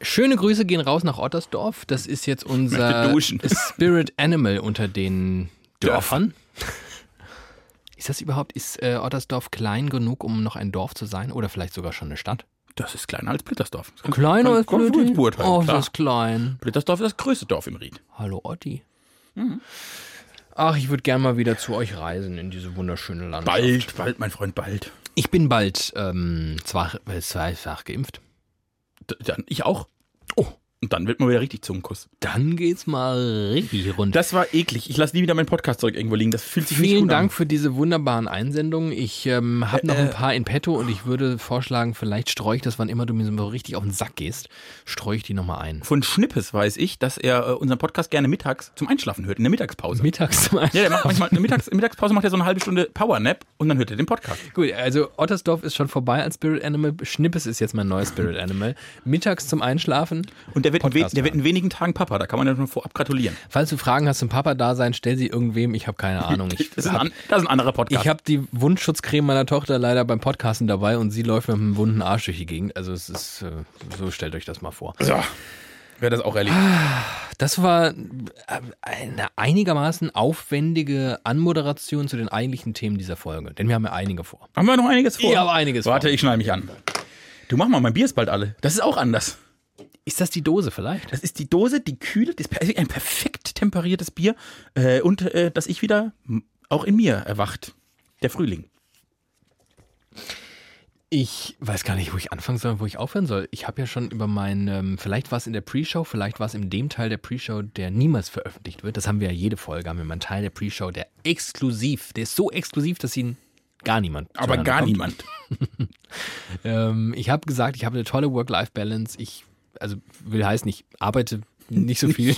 Speaker 2: Schöne Grüße gehen raus nach Ottersdorf. Das ist jetzt unser
Speaker 1: möchte duschen.
Speaker 2: Spirit Animal unter den Dörfern. Ist das überhaupt, ist äh, Ottersdorf klein genug, um noch ein Dorf zu sein? Oder vielleicht sogar schon eine Stadt?
Speaker 1: Das ist kleiner als Blittersdorf.
Speaker 2: Kleiner als Blödi? Oh,
Speaker 1: Oh,
Speaker 2: ist
Speaker 1: klar.
Speaker 2: das klein.
Speaker 1: Blittersdorf ist das größte Dorf im Ried.
Speaker 2: Hallo Otti.
Speaker 1: Mhm.
Speaker 2: Ach, ich würde gern mal wieder zu euch reisen in diese wunderschöne Landschaft.
Speaker 1: Bald, bald, mein Freund, bald.
Speaker 2: Ich bin bald ähm, zwar, äh, zweifach geimpft.
Speaker 1: D dann ich auch. Oh, und dann wird man wieder richtig Zungenkuss.
Speaker 2: Dann geht's mal richtig runter.
Speaker 1: Das war eklig. Ich lasse nie wieder mein Podcast-Zeug irgendwo liegen. Das fühlt sich nicht
Speaker 2: Vielen
Speaker 1: gut
Speaker 2: Dank
Speaker 1: an.
Speaker 2: für diese wunderbaren Einsendungen. Ich ähm, habe noch ein
Speaker 1: äh,
Speaker 2: paar in petto und ich würde vorschlagen, vielleicht streue ich das, wann immer du mir so richtig auf den Sack gehst, streue ich die nochmal ein.
Speaker 1: Von Schnippes weiß ich, dass er äh, unseren Podcast gerne mittags zum Einschlafen hört, in der Mittagspause.
Speaker 2: Mittags zum
Speaker 1: ja, der
Speaker 2: Einschlafen.
Speaker 1: macht manchmal eine Mittags Mittagspause, macht er so eine halbe Stunde Powernap und dann hört er den Podcast.
Speaker 2: Gut, also Ottersdorf ist schon vorbei als Spirit Animal. Schnippes ist jetzt mein neues Spirit Animal. Mittags zum Einschlafen.
Speaker 1: Und der wird, in, we
Speaker 2: Podcast
Speaker 1: der wird in wenigen Tagen Papa, da kann man ja schon vorab gratulieren.
Speaker 2: Falls du Fragen hast zum Papa-Dasein, stell sie irgendwem. Ich habe keine Ahnung. Ich
Speaker 1: Das ist ein, an das ist ein anderer Podcast.
Speaker 2: Ich habe die Wundschutzcreme meiner Tochter leider beim Podcasten dabei und sie läuft mit einem wunden Arsch durch die Gegend. Also es ist, äh, so stellt euch das mal vor.
Speaker 1: so, wer das auch erlebt.
Speaker 2: Das war äh, eine einigermaßen aufwendige Anmoderation zu den eigentlichen Themen dieser Folge. Denn wir haben ja einige vor.
Speaker 1: Haben wir noch einiges vor?
Speaker 2: Ich habe einiges vor.
Speaker 1: Warte, ich schnall mich an. Du mach mal, mein Bier ist bald alle. Das ist auch anders.
Speaker 2: Ist das die Dose vielleicht?
Speaker 1: Das ist die Dose, die kühle, das ist ein perfekt temperiertes Bier äh, und äh, dass ich wieder m, auch in mir erwacht. Der Frühling.
Speaker 2: Ich weiß gar nicht, wo ich anfangen soll, wo ich aufhören soll. Ich habe ja schon über meinen, ähm, vielleicht war es in der Pre-Show, vielleicht war es in dem Teil der Pre-Show, der niemals veröffentlicht wird. Das haben wir ja jede Folge, haben wir mal einen Teil der Pre-Show, der exklusiv, der ist so exklusiv, dass ihn gar niemand.
Speaker 1: Aber
Speaker 2: zueinander
Speaker 1: gar
Speaker 2: kommt.
Speaker 1: niemand.
Speaker 2: Ähm, ich habe gesagt, ich habe eine tolle Work-Life-Balance. Ich, also will heißen, ich arbeite nicht so viel.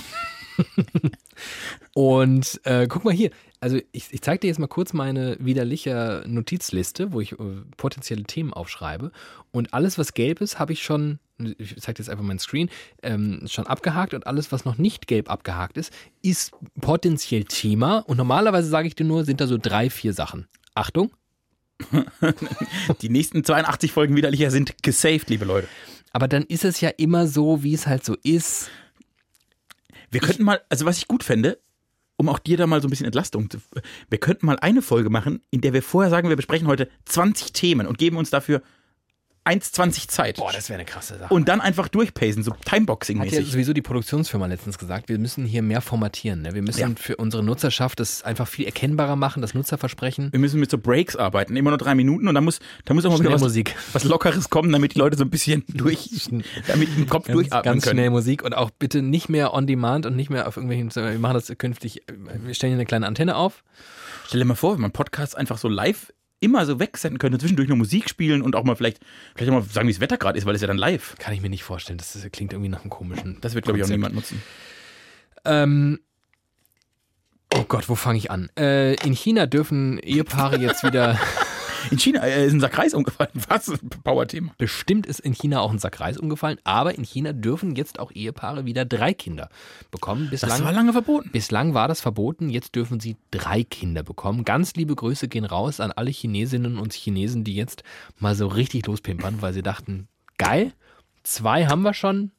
Speaker 2: Und äh, guck mal hier, also ich, ich zeige dir jetzt mal kurz meine widerliche Notizliste, wo ich äh, potenzielle Themen aufschreibe. Und alles, was gelb ist, habe ich schon, ich zeige dir jetzt einfach meinen Screen, ähm, schon abgehakt. Und alles, was noch nicht gelb abgehakt ist, ist potenziell Thema. Und normalerweise sage ich dir nur, sind da so drei, vier Sachen. Achtung,
Speaker 1: Die nächsten 82 Folgen widerlicher sind gesaved, liebe Leute.
Speaker 2: Aber dann ist es ja immer so, wie es halt so ist.
Speaker 1: Wir könnten mal, also was ich gut fände, um auch dir da mal so ein bisschen Entlastung zu. Wir könnten mal eine Folge machen, in der wir vorher sagen, wir besprechen heute 20 Themen und geben uns dafür 1,20 Zeit.
Speaker 2: Boah, das wäre eine krasse Sache.
Speaker 1: und dann einfach durchpacen, so
Speaker 2: Hat ja
Speaker 1: Timeboxing-mäßig.
Speaker 2: sowieso die Produktionsfirma letztens gesagt, wir müssen hier mehr formatieren. Ne? Wir müssen
Speaker 1: Ja.
Speaker 2: für unsere Nutzerschaft das einfach viel erkennbarer machen, das Nutzerversprechen.
Speaker 1: Wir müssen mit so Breaks arbeiten, immer nur drei Minuten und dann muss, dann muss auch mal wieder was,
Speaker 2: Musik.
Speaker 1: was Lockeres kommen, damit die Leute so ein bisschen durch, damit die im Kopf
Speaker 2: Ganz,
Speaker 1: durchatmen
Speaker 2: ganz
Speaker 1: können.
Speaker 2: schnell Musik und auch bitte nicht mehr on demand und nicht mehr auf irgendwelchen. Wir machen das künftig. Wir stellen hier eine kleine Antenne auf.
Speaker 1: Stell dir mal vor, wenn man Podcasts einfach so live immer so wegsenden könnte, zwischendurch nur Musik spielen und auch mal vielleicht, vielleicht auch mal sagen, wie das Wetter gerade ist, weil es ja dann live.
Speaker 2: Kann ich mir nicht vorstellen. Das, ist- klingt irgendwie nach einem komischen.
Speaker 1: Das wird, glaube ich, auch
Speaker 2: Konzept.
Speaker 1: niemand nutzen.
Speaker 2: Ähm, oh Gott, wo fange ich an? Äh, in China dürfen Ehepaare jetzt wieder.
Speaker 1: In China äh, ist unser Kreis umgefallen. Was? Power-Thema.
Speaker 2: Bestimmt ist in China auch ein Sack Reis umgefallen, aber in China dürfen jetzt auch Ehepaare wieder drei Kinder bekommen. Bislang,
Speaker 1: lange verboten.
Speaker 2: bislang war das verboten, jetzt dürfen sie drei Kinder bekommen. Ganz liebe Grüße gehen raus an alle Chinesinnen und Chinesen, die jetzt mal so richtig lospimpern, weil sie dachten, geil, zwei haben wir schon.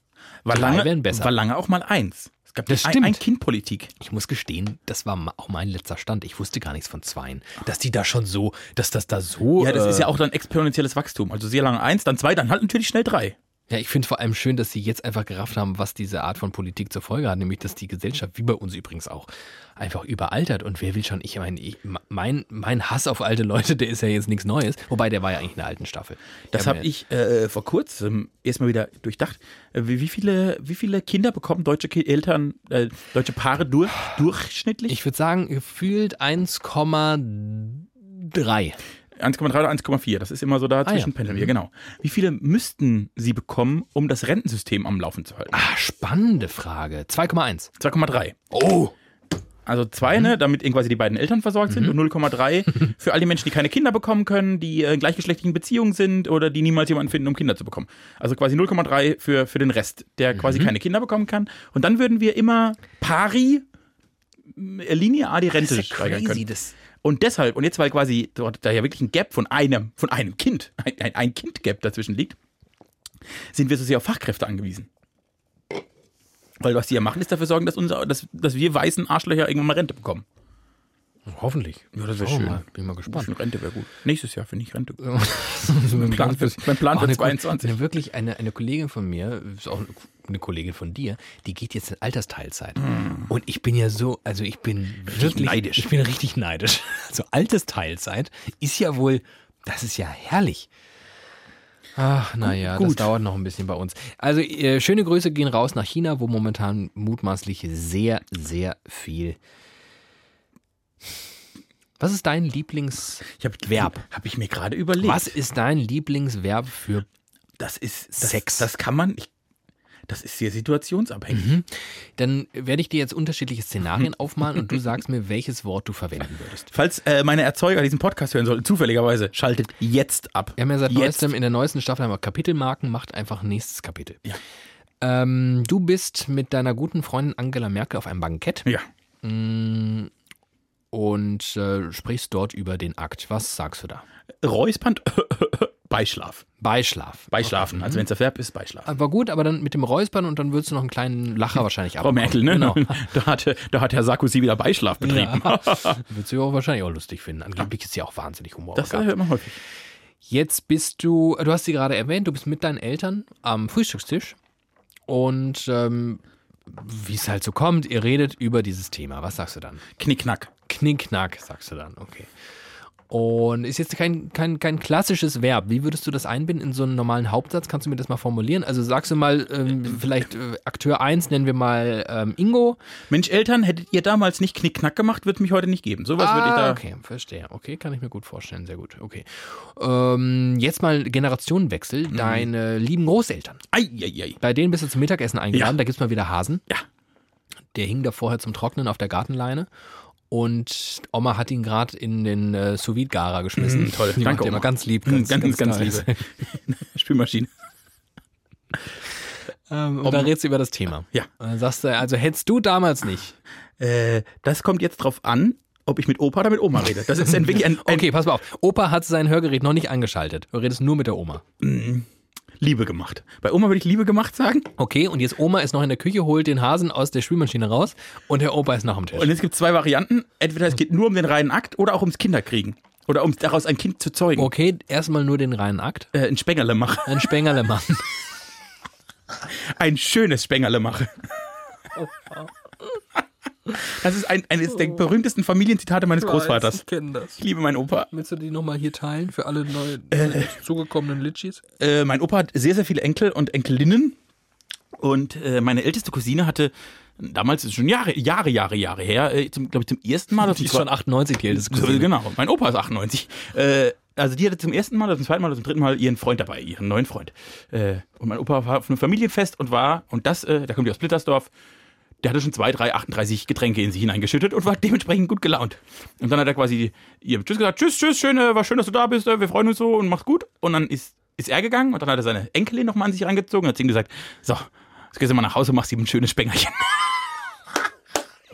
Speaker 1: War
Speaker 2: Drei
Speaker 1: lange,
Speaker 2: wären besser.
Speaker 1: war lange auch mal eins. Es gab
Speaker 2: Das
Speaker 1: die ein,
Speaker 2: stimmt.
Speaker 1: ein Kind-Politik.
Speaker 2: Ich muss gestehen, das war ma- auch mein letzter Stand. Ich wusste gar nichts von zweien. Dass die da schon so, dass das da so.
Speaker 1: Ja, das
Speaker 2: äh,
Speaker 1: ist ja auch dann exponentielles Wachstum. Also sehr lange eins, dann zwei, dann halt natürlich schnell drei.
Speaker 2: Ja, ich finde vor allem schön, dass sie jetzt einfach gerafft haben, was diese Art von Politik zur Folge hat, nämlich dass die Gesellschaft, wie bei uns übrigens auch, einfach überaltert. Und wer will schon, ich meine, ich, mein, mein Hass auf alte Leute, der ist ja jetzt nichts Neues. Wobei, der war ja eigentlich in der alten Staffel.
Speaker 1: Das habe ich äh, vor kurzem erstmal wieder durchdacht. Äh, Wie, wie, viele, wie viele Kinder bekommen deutsche Ki Eltern, äh, deutsche Paare durch, durchschnittlich?
Speaker 2: Ich würde sagen, gefühlt 1,3.
Speaker 1: 1,3 oder 1,4. Das ist immer so da
Speaker 2: ja.
Speaker 1: zwischen pendeln wir, genau. Wie viele müssten sie bekommen, um das Rentensystem am Laufen zu halten?
Speaker 2: Ah, spannende Frage. 2,1.
Speaker 1: 2,3.
Speaker 2: Oh!
Speaker 1: Also zwei,
Speaker 2: Mhm.
Speaker 1: ne, damit eben quasi die beiden Eltern versorgt sind und 0,3 für all die Menschen, die keine Kinder bekommen können, die äh, in gleichgeschlechtlichen Beziehungen sind oder die niemals jemanden finden, um Kinder zu bekommen. Also quasi 0,3 für, für den Rest,
Speaker 2: Mhm.
Speaker 1: der quasi keine Kinder bekommen kann. Und dann würden wir immer pari äh, linear die Rente
Speaker 2: Das ist ja
Speaker 1: steigern
Speaker 2: crazy.
Speaker 1: können.
Speaker 2: Das,
Speaker 1: Und deshalb, und jetzt weil quasi dort da ja wirklich ein Gap von einem, von einem Kind, ein, ein, ein Kind-Gap dazwischen liegt, sind wir so sehr auf Fachkräfte angewiesen. Weil was die ja machen, ist dafür sorgen, dass, unser, dass, dass wir weißen Arschlöcher irgendwann mal Rente bekommen.
Speaker 2: hoffentlich. Ja,
Speaker 1: wär
Speaker 2: das wäre
Speaker 1: schön.
Speaker 2: schön. Mal. Bin mal gespannt.
Speaker 1: Schon Rente wäre gut. Nächstes Jahr finde ich Rente gut.
Speaker 2: mein
Speaker 1: Plan für- mein Plan für 22.
Speaker 2: Eine, wirklich eine, eine Kollegin von mir, ist auch eine Kollegin von dir, die geht jetzt in Altersteilzeit. Und ich bin ja so, also ich bin wirklich
Speaker 1: Hm. neidisch.
Speaker 2: Ich bin richtig neidisch. Also Altersteilzeit ist ja wohl, das ist ja herrlich. Ach, naja, das
Speaker 1: Gut.
Speaker 2: dauert noch ein bisschen bei uns. Also, äh, schöne Grüße gehen raus nach China, wo momentan mutmaßlich sehr, sehr viel. Was ist dein Lieblings.
Speaker 1: Ich habe
Speaker 2: Verb.
Speaker 1: Habe ich mir gerade überlegt.
Speaker 2: Was ist dein Lieblingsverb für
Speaker 1: Das ist das,
Speaker 2: Sex.
Speaker 1: Das kann man. Ich, das ist sehr situationsabhängig.
Speaker 2: Mhm. Dann werde ich dir jetzt unterschiedliche Szenarien aufmalen und du sagst mir, welches Wort du verwenden würdest.
Speaker 1: Falls äh, meine Erzeuger diesen Podcast hören sollten, zufälligerweise, schaltet jetzt ab.
Speaker 2: Wir haben ja seit
Speaker 1: jetzt.
Speaker 2: neuestem in der neuesten Staffel einmal Kapitelmarken, macht einfach nächstes Kapitel.
Speaker 1: Ja.
Speaker 2: Ähm, du bist mit deiner guten Freundin Angela Merkel auf einem Bankett
Speaker 1: Ja.
Speaker 2: und äh, sprichst dort über den Akt. Was sagst du da?
Speaker 1: Räuspand, Beischlaf.
Speaker 2: Beischlaf.
Speaker 1: Beischlafen.
Speaker 2: Mhm.
Speaker 1: Also wenn es der Verb ist, Beischlafen.
Speaker 2: War gut, aber dann mit dem Räuspern und dann würdest du noch einen kleinen Lacher wahrscheinlich
Speaker 1: Hm. Frau
Speaker 2: abbekommen.
Speaker 1: Merkel, ne?
Speaker 2: Genau.
Speaker 1: Da, hat, da hat Herr Sarkozy wieder Beischlaf betrieben.
Speaker 2: Würdest du auch wahrscheinlich auch lustig finden. Angeblich ist sie auch wahnsinnig humorvoll.
Speaker 1: Das äh, hört man häufig.
Speaker 2: Jetzt bist du, du hast sie gerade erwähnt, du bist mit deinen Eltern am Frühstückstisch und ähm, wie es halt so kommt, ihr redet über dieses Thema. Was sagst du dann?
Speaker 1: Knickknack.
Speaker 2: Knickknack, sagst du dann, okay. Und ist jetzt kein, kein, kein klassisches Verb. Wie würdest du das einbinden in so einen normalen Hauptsatz? Kannst du mir das mal formulieren? Also sagst du mal, ähm, vielleicht äh, Akteur 1 nennen wir mal ähm, Ingo.
Speaker 1: Mensch, Eltern, hättet ihr damals nicht Knickknack gemacht, wird mich heute nicht geben. Sowas würde ich
Speaker 2: Ah,
Speaker 1: da.
Speaker 2: Okay, verstehe. Okay, kann ich mir gut vorstellen. Sehr gut. Okay. Ähm, jetzt mal Generationenwechsel.
Speaker 1: Mhm.
Speaker 2: Deine lieben Großeltern.
Speaker 1: Ei, ei, ei.
Speaker 2: Bei denen bist du zum Mittagessen eingeladen.
Speaker 1: Ja.
Speaker 2: Da gibt es mal wieder Hasen.
Speaker 1: Ja.
Speaker 2: Der hing da vorher zum Trocknen auf der Gartenleine. Und Oma hat ihn gerade in den äh, Sous-Vide-Garer geschmissen.
Speaker 1: Mhm, toll.
Speaker 2: Die
Speaker 1: Danke,
Speaker 2: macht
Speaker 1: Oma.
Speaker 2: immer
Speaker 1: Mhm,
Speaker 2: ganz lieb.
Speaker 1: Ganz, ganz, ganz,
Speaker 2: toll.
Speaker 1: liebe. Spülmaschine.
Speaker 2: Ähm, und dann redst du über das Thema.
Speaker 1: Ja.
Speaker 2: Und dann sagst du, also hättest du damals nicht.
Speaker 1: Äh, das kommt jetzt drauf an, ob ich mit Opa oder mit Oma rede. Das ist ein, wirklich ein, ein
Speaker 2: Okay, pass mal auf. Opa hat sein Hörgerät noch nicht angeschaltet. Du redest nur mit der Oma.
Speaker 1: Liebe gemacht. Bei Oma würde ich Liebe gemacht sagen.
Speaker 2: Okay, und jetzt Oma ist noch in der Küche, holt den Hasen aus der Spülmaschine raus und der Opa ist nach dem Tisch.
Speaker 1: Und es gibt zwei Varianten. Entweder es geht nur um den reinen Akt oder auch ums Kinderkriegen. Oder um daraus ein Kind zu zeugen.
Speaker 2: okay, erstmal nur den reinen Akt.
Speaker 1: Äh, ein Spengerle machen.
Speaker 2: Ein Spengerle machen.
Speaker 1: Ein schönes Spengerle machen. Das ist ein, eines der berühmtesten Familienzitate meines Großvaters.
Speaker 2: kenne das.
Speaker 1: Ich liebe meinen Opa.
Speaker 2: Willst du die nochmal hier teilen für alle neu zugekommenen Litschis?
Speaker 1: äh, mein Opa hat sehr, sehr viele Enkel und Enkelinnen. Und äh, meine älteste Cousine hatte damals, das ist schon Jahre, Jahre, Jahre, Jahre her, äh, glaube ich, zum ersten Mal. oder zum
Speaker 2: Die ist schon
Speaker 1: zweiten-
Speaker 2: 98, die älteste
Speaker 1: Äh,
Speaker 2: Cousine.
Speaker 1: Genau, mein Opa ist 98. Äh, also die hatte zum ersten Mal, oder zum zweiten Mal, oder zum dritten Mal ihren Freund dabei, ihren neuen Freund. Äh, und mein Opa war auf einem Familienfest und war, und das, äh, da kommt die aus Blittersdorf, der hatte schon zwei, drei, 38 Getränke in sich hineingeschüttet und war dementsprechend gut gelaunt. Und dann hat er quasi ihr Tschüss gesagt, Tschüss, Tschüss, schön, äh, war schön, dass du da bist, äh, wir freuen uns so und mach's gut. Und dann ist, ist er gegangen und dann hat er seine Enkelin nochmal an sich rangezogen und hat zu ihm gesagt, so, jetzt gehst du mal nach Hause und machst ihm ein schönes Spengerchen.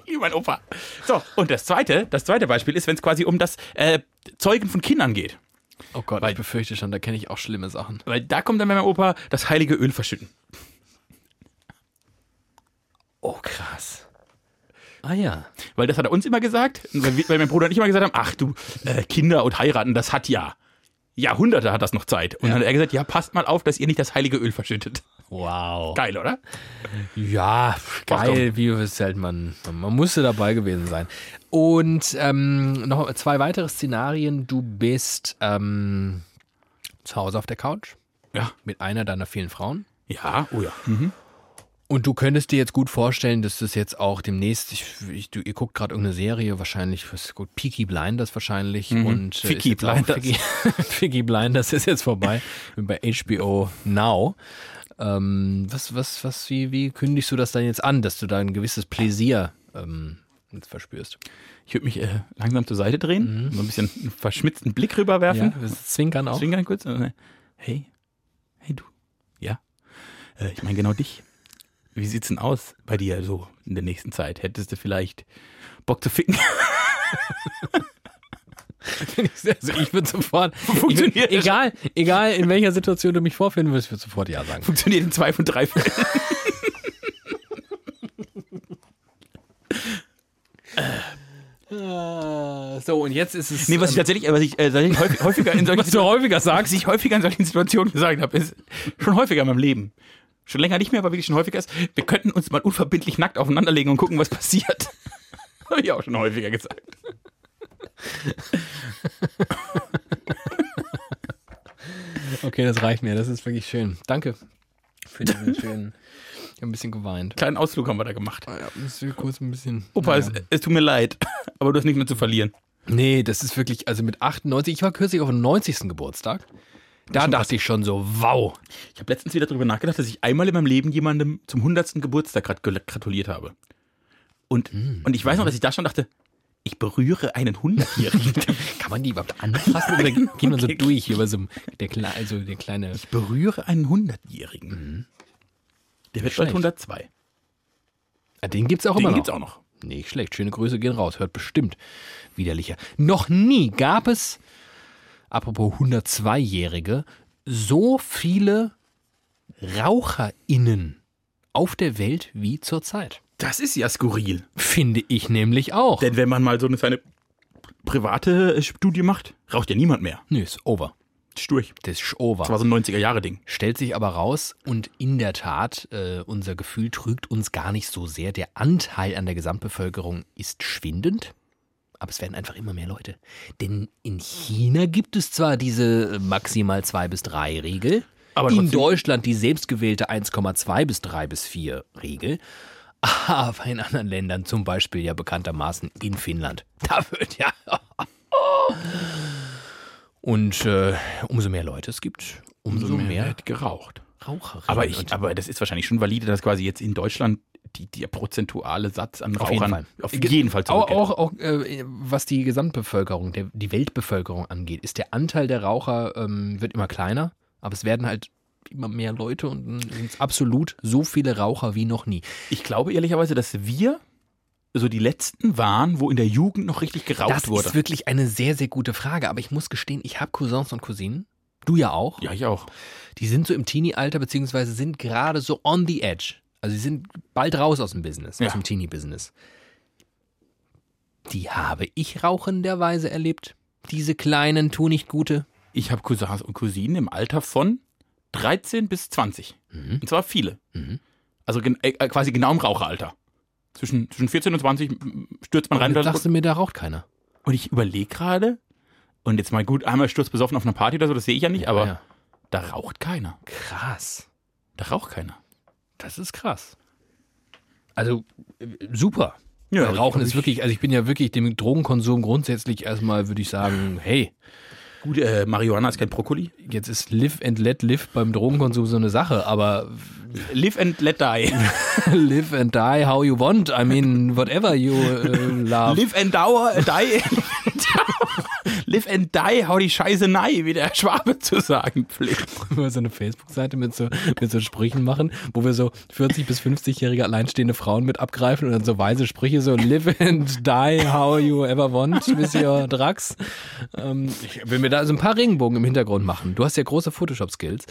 Speaker 1: Wie mein Opa. So, und das zweite, das zweite Beispiel ist, wenn es quasi um das äh, Zeugen von Kindern geht.
Speaker 2: Oh Gott, ich befürchte schon, da kenne ich auch schlimme Sachen.
Speaker 1: Weil da kommt dann bei meinem Opa das heilige Öl verschütten.
Speaker 2: Oh, krass. Ah ja.
Speaker 1: Weil das hat er uns immer gesagt, und weil, wir- weil mein Bruder und ich immer gesagt haben, ach du, äh, Kinder und heiraten, das hat ja Jahrhunderte hat das noch Zeit. Und dann hat er gesagt, ja, passt mal auf, dass ihr nicht das heilige Öl verschüttet.
Speaker 2: Wow.
Speaker 1: Geil, oder?
Speaker 2: Ja, pf, geil, wie halt man. Man musste dabei gewesen sein. Und ähm, noch zwei weitere Szenarien. Du bist ähm, zu Hause auf der Couch
Speaker 1: Ja.
Speaker 2: mit einer deiner vielen Frauen.
Speaker 1: Ja, oh ja. Mhm.
Speaker 2: Und du könntest dir jetzt gut vorstellen, dass das jetzt auch demnächst, ich, ich, du, ihr guckt gerade irgendeine Serie, wahrscheinlich, was gut, Peaky Blinders wahrscheinlich und äh, ist
Speaker 1: Peaky
Speaker 2: jetzt auch-
Speaker 1: Blinders.
Speaker 2: Peaky, Peaky Blinders ist jetzt vorbei bei HBO Now. Ähm, was, was, was, wie, wie kündigst du das dann jetzt an, dass du da ein gewisses Pläsier ähm, jetzt verspürst?
Speaker 1: Ich würde mich äh, langsam zur Seite drehen, so ein bisschen einen verschmitzten Blick rüberwerfen.
Speaker 2: das Zwinkern auch.
Speaker 1: Zwinkern kurz. und dann, Hey, hey du. Ja. Äh, ich meine genau dich. Wie sieht's denn aus bei dir so in der nächsten Zeit? Hättest du vielleicht Bock zu ficken?
Speaker 2: Also ich würde sofort,
Speaker 1: Funktioniert.
Speaker 2: ich, egal, egal in welcher Situation du mich vorfinden würdest, ich würde sofort ja sagen.
Speaker 1: Funktioniert in zwei von drei Fällen.
Speaker 2: Ah, So, und jetzt ist es.
Speaker 1: Nee, was ich tatsächlich, was ich äh, tatsächlich häufig, häufiger in solchen
Speaker 2: was du häufiger sagst.
Speaker 1: was ich häufiger in solchen Situationen gesagt habe, ist schon häufiger in meinem Leben. Schon länger nicht mehr, aber wirklich schon häufiger ist, wir könnten uns mal unverbindlich nackt aufeinanderlegen und gucken, was passiert. habe ich auch schon häufiger gesagt.
Speaker 2: Okay, das reicht mir. Das ist wirklich schön. Danke für diesen schönen. Ich habe ein bisschen geweint.
Speaker 1: Kleinen Ausflug haben wir da gemacht.
Speaker 2: Ja, das ist kurz ein bisschen.
Speaker 1: Opa, es, es tut mir leid, aber du hast nichts mehr zu verlieren.
Speaker 2: Nee, das ist wirklich, also mit 98, ich war kürzlich auf dem 90. Geburtstag. Da dachte ich schon so, wow.
Speaker 1: Ich habe letztens wieder darüber nachgedacht, dass ich einmal in meinem Leben jemandem zum 100. Geburtstag grat- gel- gratuliert habe. Und, und ich weiß noch, dass ich da schon dachte, ich berühre einen 100-Jährigen.
Speaker 2: Kann man die überhaupt anfassen? Oder gehen wir so durch hier bei so einem, der, Kle- also der kleine.
Speaker 1: ich berühre einen 100-Jährigen. Mhm. Der wird bald
Speaker 2: schlecht.
Speaker 1: 102.
Speaker 2: Ah, den gibt's auch immer
Speaker 1: Den
Speaker 2: noch.
Speaker 1: gibt's auch noch.
Speaker 2: Nicht schlecht. Schöne Grüße gehen raus. Hört bestimmt widerlicher. Noch nie gab es, apropos 102-Jährige, so viele RaucherInnen auf der Welt wie zurzeit.
Speaker 1: Das ist ja skurril.
Speaker 2: Finde ich nämlich auch.
Speaker 1: Denn wenn man mal so eine kleine private äh, Studie macht, raucht ja niemand mehr.
Speaker 2: Nö, ist over.
Speaker 1: Ist durch.
Speaker 2: Das ist
Speaker 1: Das war
Speaker 2: over.
Speaker 1: so ein 90er-Jahre-Ding.
Speaker 2: Stellt sich aber raus und in der Tat, äh, unser Gefühl trügt uns gar nicht so sehr. Der Anteil an der Gesamtbevölkerung ist schwindend. Aber es werden einfach immer mehr Leute. Denn in China gibt es zwar diese äh, maximal 2 bis 3 Regel,
Speaker 1: Aber
Speaker 2: in
Speaker 1: trotzdem-
Speaker 2: Deutschland die selbstgewählte 1,2 bis 3 bis 4 Regel, aber in anderen Ländern, zum Beispiel ja bekanntermaßen in Finnland, da wird ja. Und äh, umso mehr Leute es gibt, umso, mehr,
Speaker 1: wird geraucht.
Speaker 2: Raucherinnen.
Speaker 1: Aber, ich, halt
Speaker 2: und-
Speaker 1: aber das ist wahrscheinlich schon valide, dass quasi jetzt in Deutschland die, der prozentuale Satz an
Speaker 2: Auf
Speaker 1: Rauchern
Speaker 2: jeden Fall.
Speaker 1: auf jeden Fall
Speaker 2: auch,
Speaker 1: zurückgeht.
Speaker 2: auch, auch äh, was die Gesamtbevölkerung, der, die Weltbevölkerung angeht, ist der Anteil der Raucher ähm, wird immer kleiner, aber es werden halt immer mehr Leute und dann sind's absolut so viele Raucher wie noch nie.
Speaker 1: Ich glaube ehrlicherweise, dass wir so die letzten waren, wo in der Jugend noch richtig geraucht
Speaker 2: das
Speaker 1: wurde.
Speaker 2: ist wirklich eine sehr, sehr gute Frage, aber ich muss gestehen, ich habe Cousins und Cousinen, Du ja auch.
Speaker 1: Ja, ich auch.
Speaker 2: Die sind so im Teenie-Alter, beziehungsweise sind gerade so on the edge. Also sie sind bald raus aus dem Business,
Speaker 1: Ja.
Speaker 2: aus dem Teenie-Business. Die habe ich rauchenderweise erlebt. Diese kleinen tu nicht gute.
Speaker 1: Ich habe Cousins und Cousinen im Alter von 13 bis 20. Und zwar viele.
Speaker 2: Mhm.
Speaker 1: Also gen äh, quasi genau im Raucheralter. Zwischen, zwischen 14 und 20 m- stürzt man rein.
Speaker 2: Jetzt sagst du mir, da raucht keiner.
Speaker 1: Und ich überlege gerade, und jetzt mal gut, einmal stürzt besoffen auf einer Party oder so, das sehe ich ja nicht, aber
Speaker 2: Ja,
Speaker 1: da raucht keiner.
Speaker 2: krass.
Speaker 1: Da raucht keiner.
Speaker 2: Das ist krass. Also äh, super.
Speaker 1: Ja,
Speaker 2: Weil
Speaker 1: ich-
Speaker 2: Rauchen ist
Speaker 1: ich-
Speaker 2: wirklich, also ich bin ja wirklich dem Drogenkonsum grundsätzlich erstmal, würde ich sagen, hey,
Speaker 1: Gut, äh, Marihuana ist kein Brokkoli.
Speaker 2: jetzt ist Live and Let Live beim Drogenkonsum so eine Sache, aber
Speaker 1: Live and let die.
Speaker 2: live and die how you want. I mean, whatever you äh, love.
Speaker 1: Live and dauer, äh, die. Live and die, hau die Scheiße nei, wie der Schwabe zu sagen pflegt.
Speaker 2: Wenn wir so eine Facebook-Seite mit so, mit so Sprüchen machen, wo wir so 40- bis 50-jährige alleinstehende Frauen mit abgreifen und dann so weise Sprüche, so live and die how you ever want with your drugs. Ähm, ich will mir da so ein paar Regenbogen im Hintergrund machen. Du hast ja große Photoshop-Skills.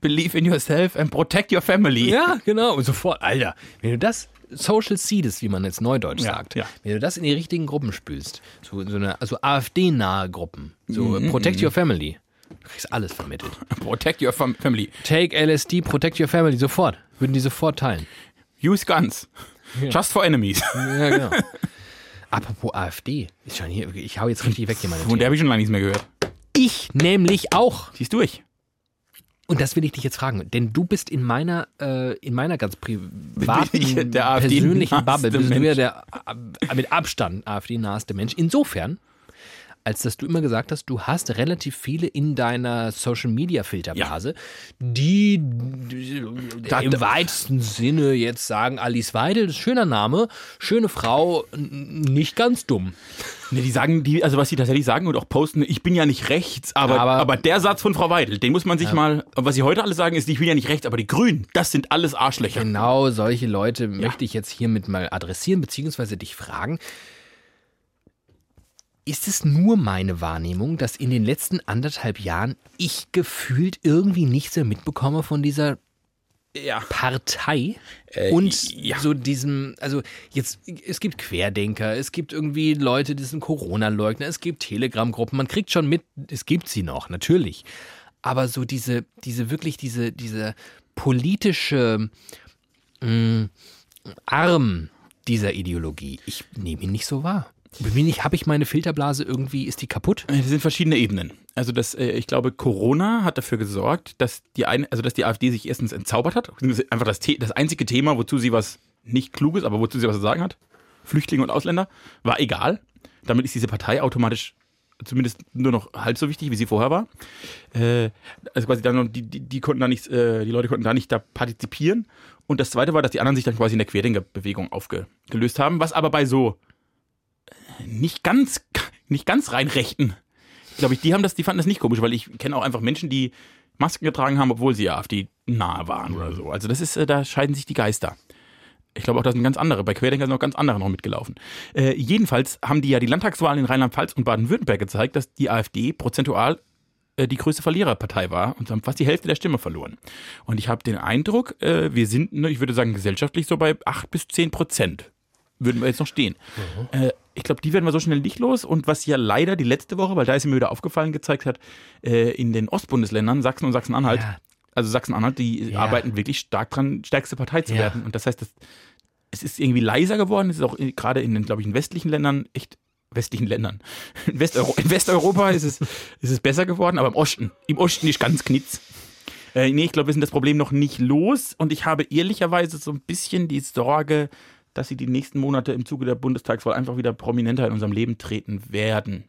Speaker 1: Believe in yourself and protect your family.
Speaker 2: Ja, genau. Und sofort, Alter, wenn du das Social Seedest, wie man jetzt Neudeutsch
Speaker 1: Ja,
Speaker 2: sagt,
Speaker 1: ja.
Speaker 2: wenn du das in die richtigen Gruppen spülst, so, so eine, also AfD-nahe Gruppen, so
Speaker 1: Mhm,
Speaker 2: Protect Your Family, du kriegst alles vermittelt.
Speaker 1: Protect your fam family.
Speaker 2: Take LSD, Protect Your Family, sofort. Würden die sofort teilen.
Speaker 1: Use guns. Just for enemies.
Speaker 2: Ja, genau. Apropos AfD, ist schon hier, ich hau jetzt richtig weg hier meine
Speaker 1: Von der
Speaker 2: Themen.
Speaker 1: habe ich schon lange nichts mehr gehört.
Speaker 2: Ich nämlich auch.
Speaker 1: Die ist durch.
Speaker 2: Und das will ich dich jetzt fragen, denn du bist in meiner, äh, in meiner ganz
Speaker 1: ich
Speaker 2: privaten,
Speaker 1: der AfD
Speaker 2: persönlichen
Speaker 1: naheste
Speaker 2: Bubble bist du ja
Speaker 1: Mensch.
Speaker 2: der äh, mit Abstand AfD-naheste Mensch. Insofern, als dass du immer gesagt hast, du hast relativ viele in deiner Social-Media-Filterblase, die
Speaker 1: Da-
Speaker 2: im weitesten Sinne jetzt sagen, Alice Weidel, das ist ein schöner Name, schöne Frau, n- nicht ganz dumm.
Speaker 1: Ne, die sagen, die, also was sie tatsächlich sagen und auch posten, ich bin ja nicht rechts, aber,
Speaker 2: Aber-
Speaker 1: aber, der Satz von Frau Weidel, den muss man sich mal, was sie heute alle sagen, ist, ich bin ja nicht rechts, aber die Grünen, das sind alles Arschlöcher.
Speaker 2: Genau solche Leute möchte ich jetzt hiermit mal adressieren, beziehungsweise dich fragen. Ist es nur meine Wahrnehmung, dass in den letzten anderthalb Jahren ich gefühlt irgendwie nichts mehr mitbekomme von dieser
Speaker 1: Ja.
Speaker 2: Partei
Speaker 1: Äh,
Speaker 2: und
Speaker 1: ja.
Speaker 2: so diesem, also jetzt, es gibt Querdenker, es gibt irgendwie Leute, die sind Corona-Leugner, es gibt Telegram-Gruppen, man kriegt schon mit, es gibt sie noch, natürlich. Aber so diese, diese wirklich, diese, diese politische mh, Arm dieser Ideologie, ich nehme ihn nicht so wahr. Bin ich, habe ich meine Filterblase irgendwie, ist die kaputt?
Speaker 1: Äh, Das sind verschiedene Ebenen. Also das, äh, ich glaube, Corona hat dafür gesorgt, dass die eine, also dass die AfD sich erstens entzaubert hat. Das ist Einfach das, The das einzige Thema, wozu sie was nicht Kluges, aber wozu sie was zu sagen hat, Flüchtlinge und Ausländer, war egal. Damit ist diese Partei automatisch zumindest nur noch halb so wichtig, wie sie vorher war. Äh, also quasi dann noch, die, die, die konnten da nicht, äh, die Leute konnten da nicht da partizipieren. Und das zweite war, dass die anderen sich dann quasi in der Querdenkerbewegung aufgelöst haben, was aber bei so nicht ganz, nicht ganz rein Rechten glaube ich, die haben das, die fanden das nicht komisch, weil ich kenne auch einfach Menschen, die Masken getragen haben, obwohl sie AfD nahe waren oder so. Also das ist, äh, da scheiden sich die Geister. Ich glaube auch, da sind ganz andere. Bei Querdenker sind auch ganz andere noch mitgelaufen. Äh, jedenfalls haben die ja die Landtagswahlen in Rheinland-Pfalz und Baden-Württemberg gezeigt, dass die AfD prozentual äh, die größte Verliererpartei war und haben fast die Hälfte der Stimme verloren. Und ich habe den Eindruck, äh, wir sind, ne, ich würde sagen, gesellschaftlich so bei 8 bis 10 Prozent würden wir jetzt noch stehen. Äh, ich glaube, die werden wir so schnell nicht los. Und was ja leider die letzte Woche, weil da ist mir wieder aufgefallen, gezeigt hat, äh, in den Ostbundesländern, Sachsen und Sachsen-Anhalt,
Speaker 2: Ja.
Speaker 1: also Sachsen-Anhalt, die
Speaker 2: Ja.
Speaker 1: arbeiten wirklich stark dran, stärkste Partei zu
Speaker 2: Ja.
Speaker 1: werden. Und das heißt, das, es ist irgendwie leiser geworden. Es ist auch in- gerade in den, glaube ich, in westlichen Ländern echt westlichen Ländern. In, Westeuro in Westeuropa ist es, ist es besser geworden, aber im Osten, im Osten ist ganz knitz. Äh, nee, ich glaube, wir sind das Problem noch nicht los und ich habe ehrlicherweise so ein bisschen die Sorge, dass sie die nächsten Monate im Zuge der Bundestagswahl einfach wieder prominenter in unserem Leben treten werden.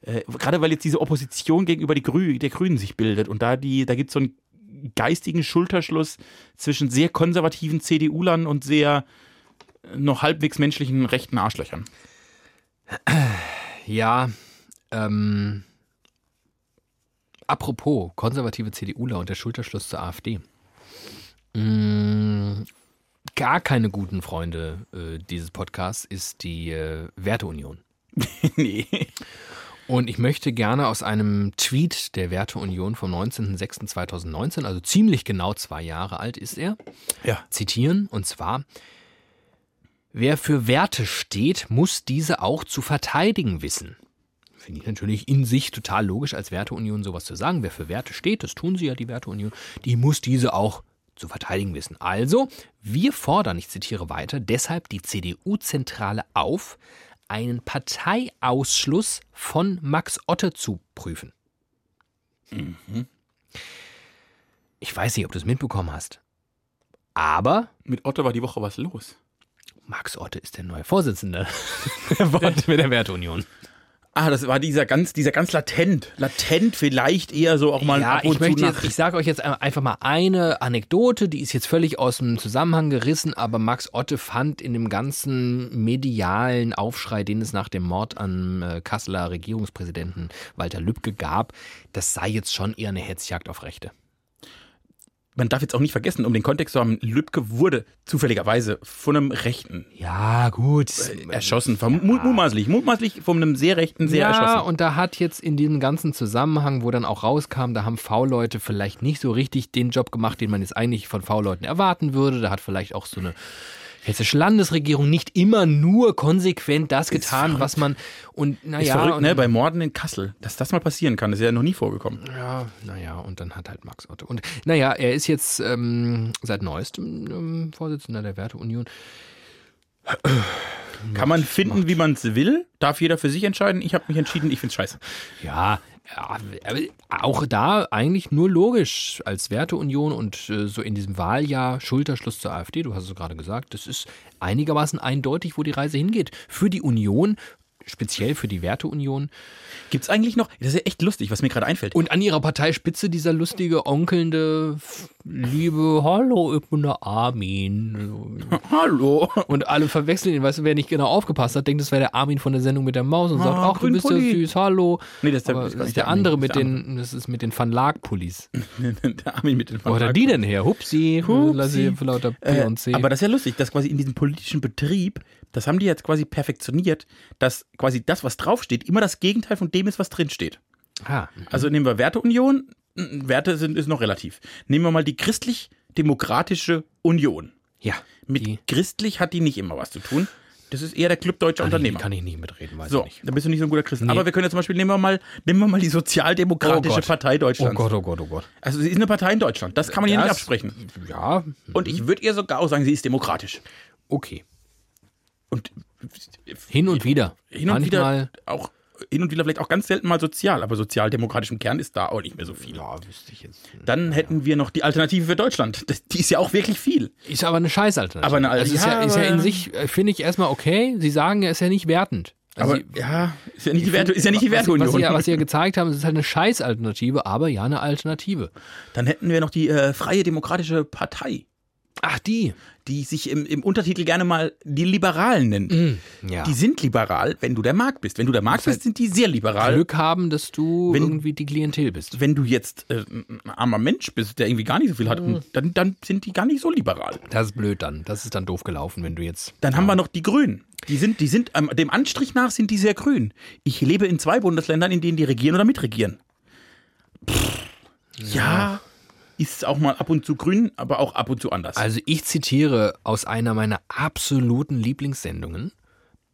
Speaker 1: Äh, gerade weil jetzt diese Opposition gegenüber die Grü der Grünen sich bildet und da, die- da gibt es so einen geistigen Schulterschluss zwischen sehr konservativen CDU-Lern und sehr äh, noch halbwegs menschlichen rechten Arschlöchern.
Speaker 2: Ja, ähm, apropos konservative CDUler und der Schulterschluss zur AfD. Mm, gar keine guten Freunde äh, dieses Podcasts ist die äh, Werteunion.
Speaker 1: nee.
Speaker 2: Und ich möchte gerne aus einem Tweet der Werteunion vom 19.06.2019, also ziemlich genau zwei Jahre alt ist er,
Speaker 1: Ja.
Speaker 2: zitieren. Und zwar, wer für Werte steht, muss diese auch zu verteidigen wissen. Finde ich natürlich in sich total logisch, als Werteunion sowas zu sagen. Wer für Werte steht, das tun sie ja, die Werteunion, die muss diese auch zu verteidigen wissen. Also, wir fordern, ich zitiere weiter, deshalb die CDU-Zentrale auf, einen Parteiausschluss von Max Otte zu prüfen. Ich weiß nicht, ob du es mitbekommen hast, aber
Speaker 1: Mit Otto war die Woche was los.
Speaker 2: Max Otte ist der neue Vorsitzende der Wort- mit der Werteunion.
Speaker 1: Ah, das war dieser ganz, dieser ganz latent. Latent vielleicht eher so auch mal
Speaker 2: ja,
Speaker 1: ab und
Speaker 2: ich, möchte
Speaker 1: zu
Speaker 2: jetzt,
Speaker 1: nach.
Speaker 2: ich sage euch jetzt ein- einfach mal eine Anekdote, die ist jetzt völlig aus dem Zusammenhang gerissen, aber Max Otte fand in dem ganzen medialen Aufschrei, den es nach dem Mord am äh, Kasseler Regierungspräsidenten Walter Lübcke gab, das sei jetzt schon eher eine Hetzjagd auf Rechte.
Speaker 1: Man darf jetzt auch nicht vergessen, um den Kontext zu haben, Lübcke wurde zufälligerweise von einem Rechten
Speaker 2: Ja, gut.
Speaker 1: erschossen. Vermu- Mutmaßlich, mutmaßlich von einem sehr Rechten sehr
Speaker 2: ja,
Speaker 1: erschossen.
Speaker 2: und da hat jetzt in diesem ganzen Zusammenhang, wo dann auch rauskam, da haben V-Leute vielleicht nicht so richtig den Job gemacht, den man jetzt eigentlich von V-Leuten erwarten würde. Da hat vielleicht auch so eine hessische Landesregierung nicht immer nur konsequent das getan, was man und
Speaker 1: Ist
Speaker 2: naja,
Speaker 1: verrückt,
Speaker 2: und,
Speaker 1: ne? Bei Morden in Kassel, dass das mal passieren kann, ist ja noch nie vorgekommen.
Speaker 2: ja, naja, und dann hat halt Max Otto. Und naja, er ist jetzt ähm, seit neuestem ähm, Vorsitzender der Werteunion.
Speaker 1: Kann man finden, wie man es will? Darf jeder für sich entscheiden? Ich habe mich entschieden, ich find's scheiße.
Speaker 2: Ja, ja, aber auch da eigentlich nur logisch als Werteunion und äh, so in diesem Wahljahr Schulterschluss zur AfD, du hast es gerade gesagt, das ist einigermaßen eindeutig, wo die Reise hingeht. Für die Union, speziell für die Werteunion.
Speaker 1: Gibt's eigentlich noch? Das ist ja echt lustig, was mir gerade einfällt.
Speaker 2: Und an ihrer Parteispitze dieser lustige, onkelnde, f- liebe, hallo, ich bin der Armin.
Speaker 1: Oh, Hallo.
Speaker 2: Und alle verwechseln ihn, weißt du, wer nicht genau aufgepasst hat, denkt, das wäre der Armin von der Sendung mit der Maus und sagt,
Speaker 1: Ah,
Speaker 2: ach, du
Speaker 1: grün
Speaker 2: bist ja
Speaker 1: Pulli."
Speaker 2: süß, hallo.
Speaker 1: Nee, das ist der-
Speaker 2: Aber
Speaker 1: das ist gar
Speaker 2: das
Speaker 1: nicht
Speaker 2: ist der
Speaker 1: der Armin,
Speaker 2: andere
Speaker 1: das
Speaker 2: mit
Speaker 1: ist der
Speaker 2: den, das ist mit den Van Laak-Pullis.
Speaker 1: Der Armin mit den
Speaker 2: Wo hat er die denn her? Hupsi,
Speaker 1: Hupsi.
Speaker 2: lass sie für lauter P
Speaker 1: Äh,
Speaker 2: und C.
Speaker 1: Aber das ist ja lustig, dass quasi in diesem politischen Betrieb, das haben die jetzt quasi perfektioniert, dass quasi das, was draufsteht, immer das Gegenteil von dem ist, was drinsteht.
Speaker 2: ah,
Speaker 1: Also nehmen wir Werteunion, n- Werte sind ist noch relativ. Nehmen wir mal die christlich-demokratische Union.
Speaker 2: ja,
Speaker 1: Mit
Speaker 2: die,
Speaker 1: christlich hat die nicht immer was zu tun. Das ist eher der Club deutscher
Speaker 2: kann, ich,
Speaker 1: Unternehmer.
Speaker 2: kann ich nicht mitreden, weiß
Speaker 1: so,
Speaker 2: ich nicht.
Speaker 1: da bist du nicht so ein guter Christ. Aber wir können ja zum Beispiel, nehmen wir mal, nehmen wir mal die Sozialdemokratische
Speaker 2: Gott.
Speaker 1: Partei
Speaker 2: Oh
Speaker 1: Deutschlands.
Speaker 2: Gott, oh Gott, oh Gott.
Speaker 1: Also sie ist eine Partei in Deutschland. Das kann man hier nicht
Speaker 2: Das-
Speaker 1: absprechen.
Speaker 2: Ja,
Speaker 1: Und ich würde ihr sogar auch sagen, sie ist demokratisch.
Speaker 2: okay.
Speaker 1: Und
Speaker 2: Hin und wieder.
Speaker 1: hin und
Speaker 2: Manchmal,
Speaker 1: wieder auch hin und wieder vielleicht auch ganz selten mal sozial, aber sozialdemokratisch im Kern ist da auch nicht mehr so viel.
Speaker 2: Ja, wüsste ich jetzt.
Speaker 1: Dann hätten wir noch die Alternative für Deutschland. Das, die ist ja auch wirklich viel.
Speaker 2: Ist aber eine Scheißalternative.
Speaker 1: Aber eine Al-
Speaker 2: also ist, ja,
Speaker 1: ja,
Speaker 2: ist ja in
Speaker 1: aber-
Speaker 2: sich, äh, finde ich erstmal okay. Sie sagen, er ist ja nicht wertend. Also
Speaker 1: Aber
Speaker 2: sie-
Speaker 1: ja, ist ja nicht die Werte, ist ja nicht die
Speaker 2: was-
Speaker 1: Werteunion.
Speaker 2: Was sie, ja- was sie ja gezeigt haben, es ist halt eine Scheißalternative, aber ja eine Alternative.
Speaker 1: Dann hätten wir noch die äh, Freie Demokratische Partei,
Speaker 2: Ach, die.
Speaker 1: die sich im, im Untertitel gerne mal die Liberalen nennt.
Speaker 2: Ja.
Speaker 1: Die
Speaker 2: Die
Speaker 1: sind liberal, wenn du der Markt bist. Wenn du der Markt bist, sind die sehr liberal.
Speaker 2: Glück haben, dass du
Speaker 1: Wenn-
Speaker 2: irgendwie die Klientel bist.
Speaker 1: Wenn du jetzt äh, ein armer Mensch bist, der irgendwie gar nicht so viel hat, dann, dann sind die gar nicht so liberal.
Speaker 2: Das ist blöd dann. Das ist dann doof gelaufen, wenn du jetzt.
Speaker 1: Dann haben wir noch die Grünen. Die sind, die sind ähm, dem Anstrich nach sind die sehr grün. Ich lebe in zwei Bundesländern, in denen die regieren oder mitregieren. Pff, ja, ist auch mal ab und zu grün, aber auch ab und zu anders.
Speaker 2: Also ich zitiere aus einer meiner absoluten Lieblingssendungen,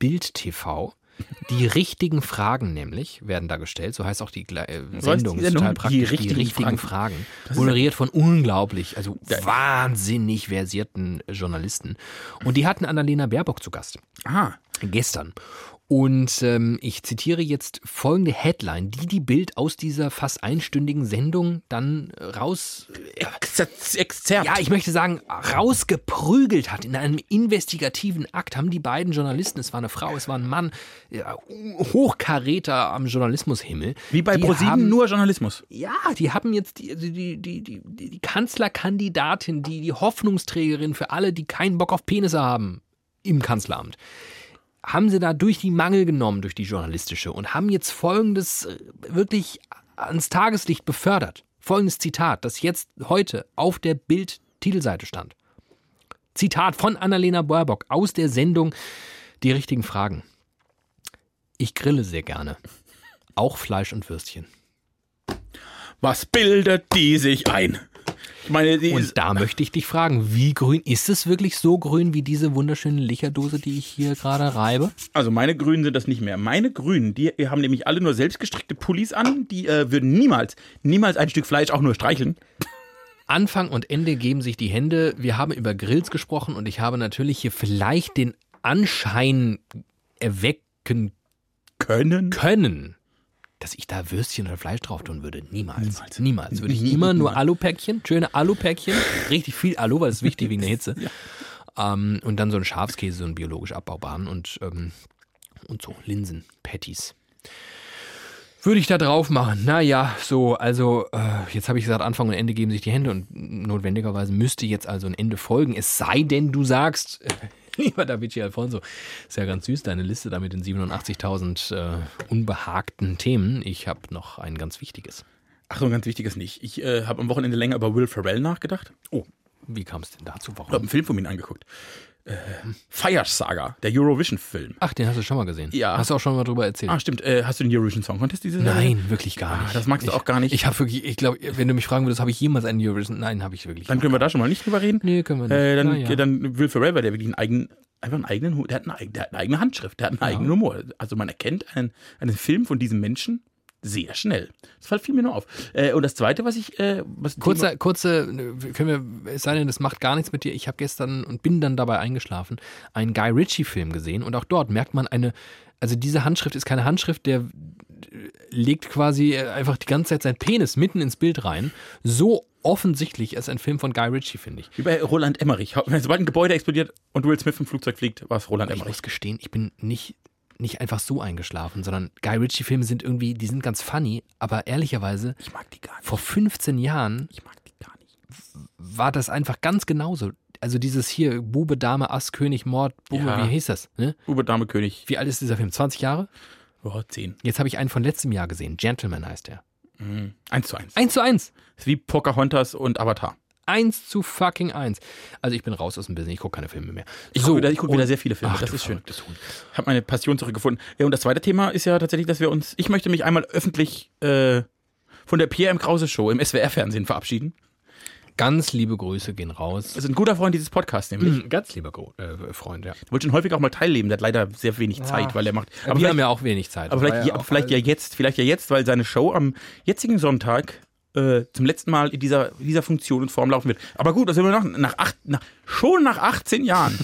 Speaker 2: Bild TV. Die richtigen Fragen nämlich werden da gestellt, so heißt auch die Gle- äh,
Speaker 1: So heißt die
Speaker 2: Sendung, ist
Speaker 1: Sendung,
Speaker 2: total
Speaker 1: die
Speaker 2: praktisch. Die richtigen,
Speaker 1: richtigen
Speaker 2: Fragen, moderiert von unglaublich, also
Speaker 1: Geil.
Speaker 2: wahnsinnig versierten Journalisten. Und die hatten Annalena Baerbock zu Gast
Speaker 1: ah,
Speaker 2: gestern. Und ähm, ich zitiere jetzt folgende Headline, die die Bild aus dieser fast einstündigen Sendung dann raus
Speaker 1: Ex Exzerpt.
Speaker 2: ja, ich möchte sagen, rausgeprügelt hat in einem investigativen Akt, haben die beiden Journalisten, es war eine Frau, es war ein Mann, ja, Hochkaräter am Journalismushimmel.
Speaker 1: Wie bei
Speaker 2: die
Speaker 1: ProSieben
Speaker 2: haben-
Speaker 1: nur Journalismus.
Speaker 2: Ja, die haben jetzt die, also die, die, die, die Kanzlerkandidatin, die, die Hoffnungsträgerin für alle, die keinen Bock auf Penisse haben im Kanzleramt. Haben sie da durch die Mangel genommen, durch die journalistische, und haben jetzt folgendes äh, wirklich ans Tageslicht befördert. Folgendes Zitat, das jetzt heute auf der Bild-Titelseite stand. Zitat von Annalena Baerbock aus der Sendung Die richtigen Fragen. Ich grille sehr gerne. auch Fleisch und Würstchen.
Speaker 1: Was bildet die sich ein? Ich meine, die
Speaker 2: Und da möchte ich dich fragen, wie grün ist es wirklich so grün wie diese wunderschöne Licherdose, die ich hier gerade reibe?
Speaker 1: Also meine Grünen sind das nicht mehr. Meine Grünen, die haben nämlich alle nur selbstgestrickte Pullis an. Die äh, würden niemals, niemals ein Stück Fleisch auch nur streicheln.
Speaker 2: Anfang und Ende geben sich die Hände. Wir haben über Grills gesprochen und ich habe natürlich hier vielleicht den Anschein erwecken
Speaker 1: Können.
Speaker 2: können, dass ich da Würstchen oder Fleisch drauf tun würde. Niemals. Niemals. Würde ich immer nur Alupäckchen, schöne Alupäckchen, richtig viel Alu, weil das ist wichtig wegen der Hitze. Ähm, und dann so ein Schafskäse, so ein biologisch abbaubaren und, ähm, und so Linsen, Patties. Würde ich da drauf machen? Naja, so, also, äh, jetzt habe ich gesagt, Anfang und Ende geben sich die Hände und notwendigerweise müsste jetzt also ein Ende folgen. Es sei denn, du sagst, lieber Davici Alfonso, ist ja ganz süß, deine Liste da mit den 87.000 äh, unbehagten Themen. Ich habe noch ein ganz wichtiges.
Speaker 1: Ach so, ein ganz wichtiges nicht. Ich äh, habe am Wochenende länger über Will Ferrell nachgedacht. Oh,
Speaker 2: Wie kam es denn dazu?
Speaker 1: ich habe
Speaker 2: Warum?
Speaker 1: einen Film von ihm angeguckt. Äh, Fire Saga, der Eurovision-Film.
Speaker 2: Ach, den hast du schon mal gesehen.
Speaker 1: Ja.
Speaker 2: Hast du auch schon mal drüber erzählt?
Speaker 1: Ah, stimmt. Äh, hast du den Eurovision Song Contest dieses Jahr? gesehen?
Speaker 2: Nein, wirklich gar nicht.
Speaker 1: das magst du
Speaker 2: ich,
Speaker 1: auch gar nicht.
Speaker 2: Ich habe wirklich, ich glaube, wenn du mich fragen würdest, habe ich jemals einen Eurovision? Nein, habe ich wirklich.
Speaker 1: Dann können wir da schon mal nicht drüber reden.
Speaker 2: Nee, können wir nicht.
Speaker 1: Äh, dann,
Speaker 2: Na ja.
Speaker 1: dann Will Ferrell, weil der wirklich einen eigenen, einfach einen eigenen, Hu- der hat eine, eigene- der hat eine eigene Handschrift, der hat einen eigenen Humor. Also man erkennt einen, einen Film von diesem Menschen sehr schnell. Das fällt viel mir nur auf. Äh, und das Zweite, was ich, äh, was
Speaker 2: Kurze, kurze, können wir, es sei denn, das macht gar nichts mit dir. Ich habe gestern und bin dann dabei eingeschlafen, einen Guy Ritchie-Film gesehen und auch dort merkt man eine, also diese Handschrift ist keine Handschrift, der legt quasi einfach die ganze Zeit seinen Penis mitten ins Bild rein. So offensichtlich ist ein Film von Guy Ritchie, finde ich.
Speaker 1: Wie bei Roland Emmerich. Sobald ein Gebäude explodiert und Will Smith vom Flugzeug fliegt, war es Roland
Speaker 2: Ich
Speaker 1: Emmerich.
Speaker 2: muss gestehen, ich bin nicht, nicht einfach so eingeschlafen, sondern Guy Ritchie-Filme sind irgendwie, die sind ganz funny, aber ehrlicherweise,
Speaker 1: Ich mag die gar nicht.
Speaker 2: vor 15 Jahren
Speaker 1: Ich mag die gar nicht.
Speaker 2: war das einfach ganz genauso. Also dieses hier, Bube, Dame, Ass, König, Mord, Bube,
Speaker 1: Ja.
Speaker 2: wie hieß das? Ne?
Speaker 1: Uwe Dame König,
Speaker 2: Wie alt ist dieser Film? 20 Jahre?
Speaker 1: oh, 10.
Speaker 2: Jetzt habe ich einen von letztem Jahr gesehen. Gentleman heißt er.
Speaker 1: Mhm. 1 zu 1.
Speaker 2: Eins zu eins.
Speaker 1: Ist wie Pocahontas und Avatar.
Speaker 2: Eins zu fucking eins. Also ich bin raus aus dem Business, ich gucke keine Filme mehr.
Speaker 1: Ich gucke wieder, ich guck wieder
Speaker 2: und-
Speaker 1: sehr viele Filme.
Speaker 2: Ach,
Speaker 1: das
Speaker 2: du
Speaker 1: ist schön.
Speaker 2: verrücktes Huhn.
Speaker 1: habe meine Passion zurückgefunden. Ja, und das zweite Thema ist ja tatsächlich, dass wir uns, ich möchte mich einmal öffentlich äh, von der PM Krause Show im SWR-Fernsehen verabschieden.
Speaker 2: Ganz liebe Grüße gehen raus.
Speaker 1: Das ist ein guter Freund dieses Podcasts nämlich.
Speaker 2: Ganz lieber Gro äh, Freund, ja.
Speaker 1: Wollte schon häufig auch mal teilnehmen, der hat leider sehr wenig Zeit, weil er macht.
Speaker 2: Aber
Speaker 1: Aber
Speaker 2: wir haben
Speaker 1: vielleicht,
Speaker 2: ja auch wenig Zeit.
Speaker 1: aber
Speaker 2: War
Speaker 1: vielleicht, ja,
Speaker 2: auch
Speaker 1: vielleicht ja jetzt, vielleicht ja jetzt, weil seine Show am jetzigen Sonntag äh, zum letzten Mal in dieser, dieser Funktion und Form laufen wird. Aber gut, das sind wir noch nach acht, nach, schon nach 18 Jahren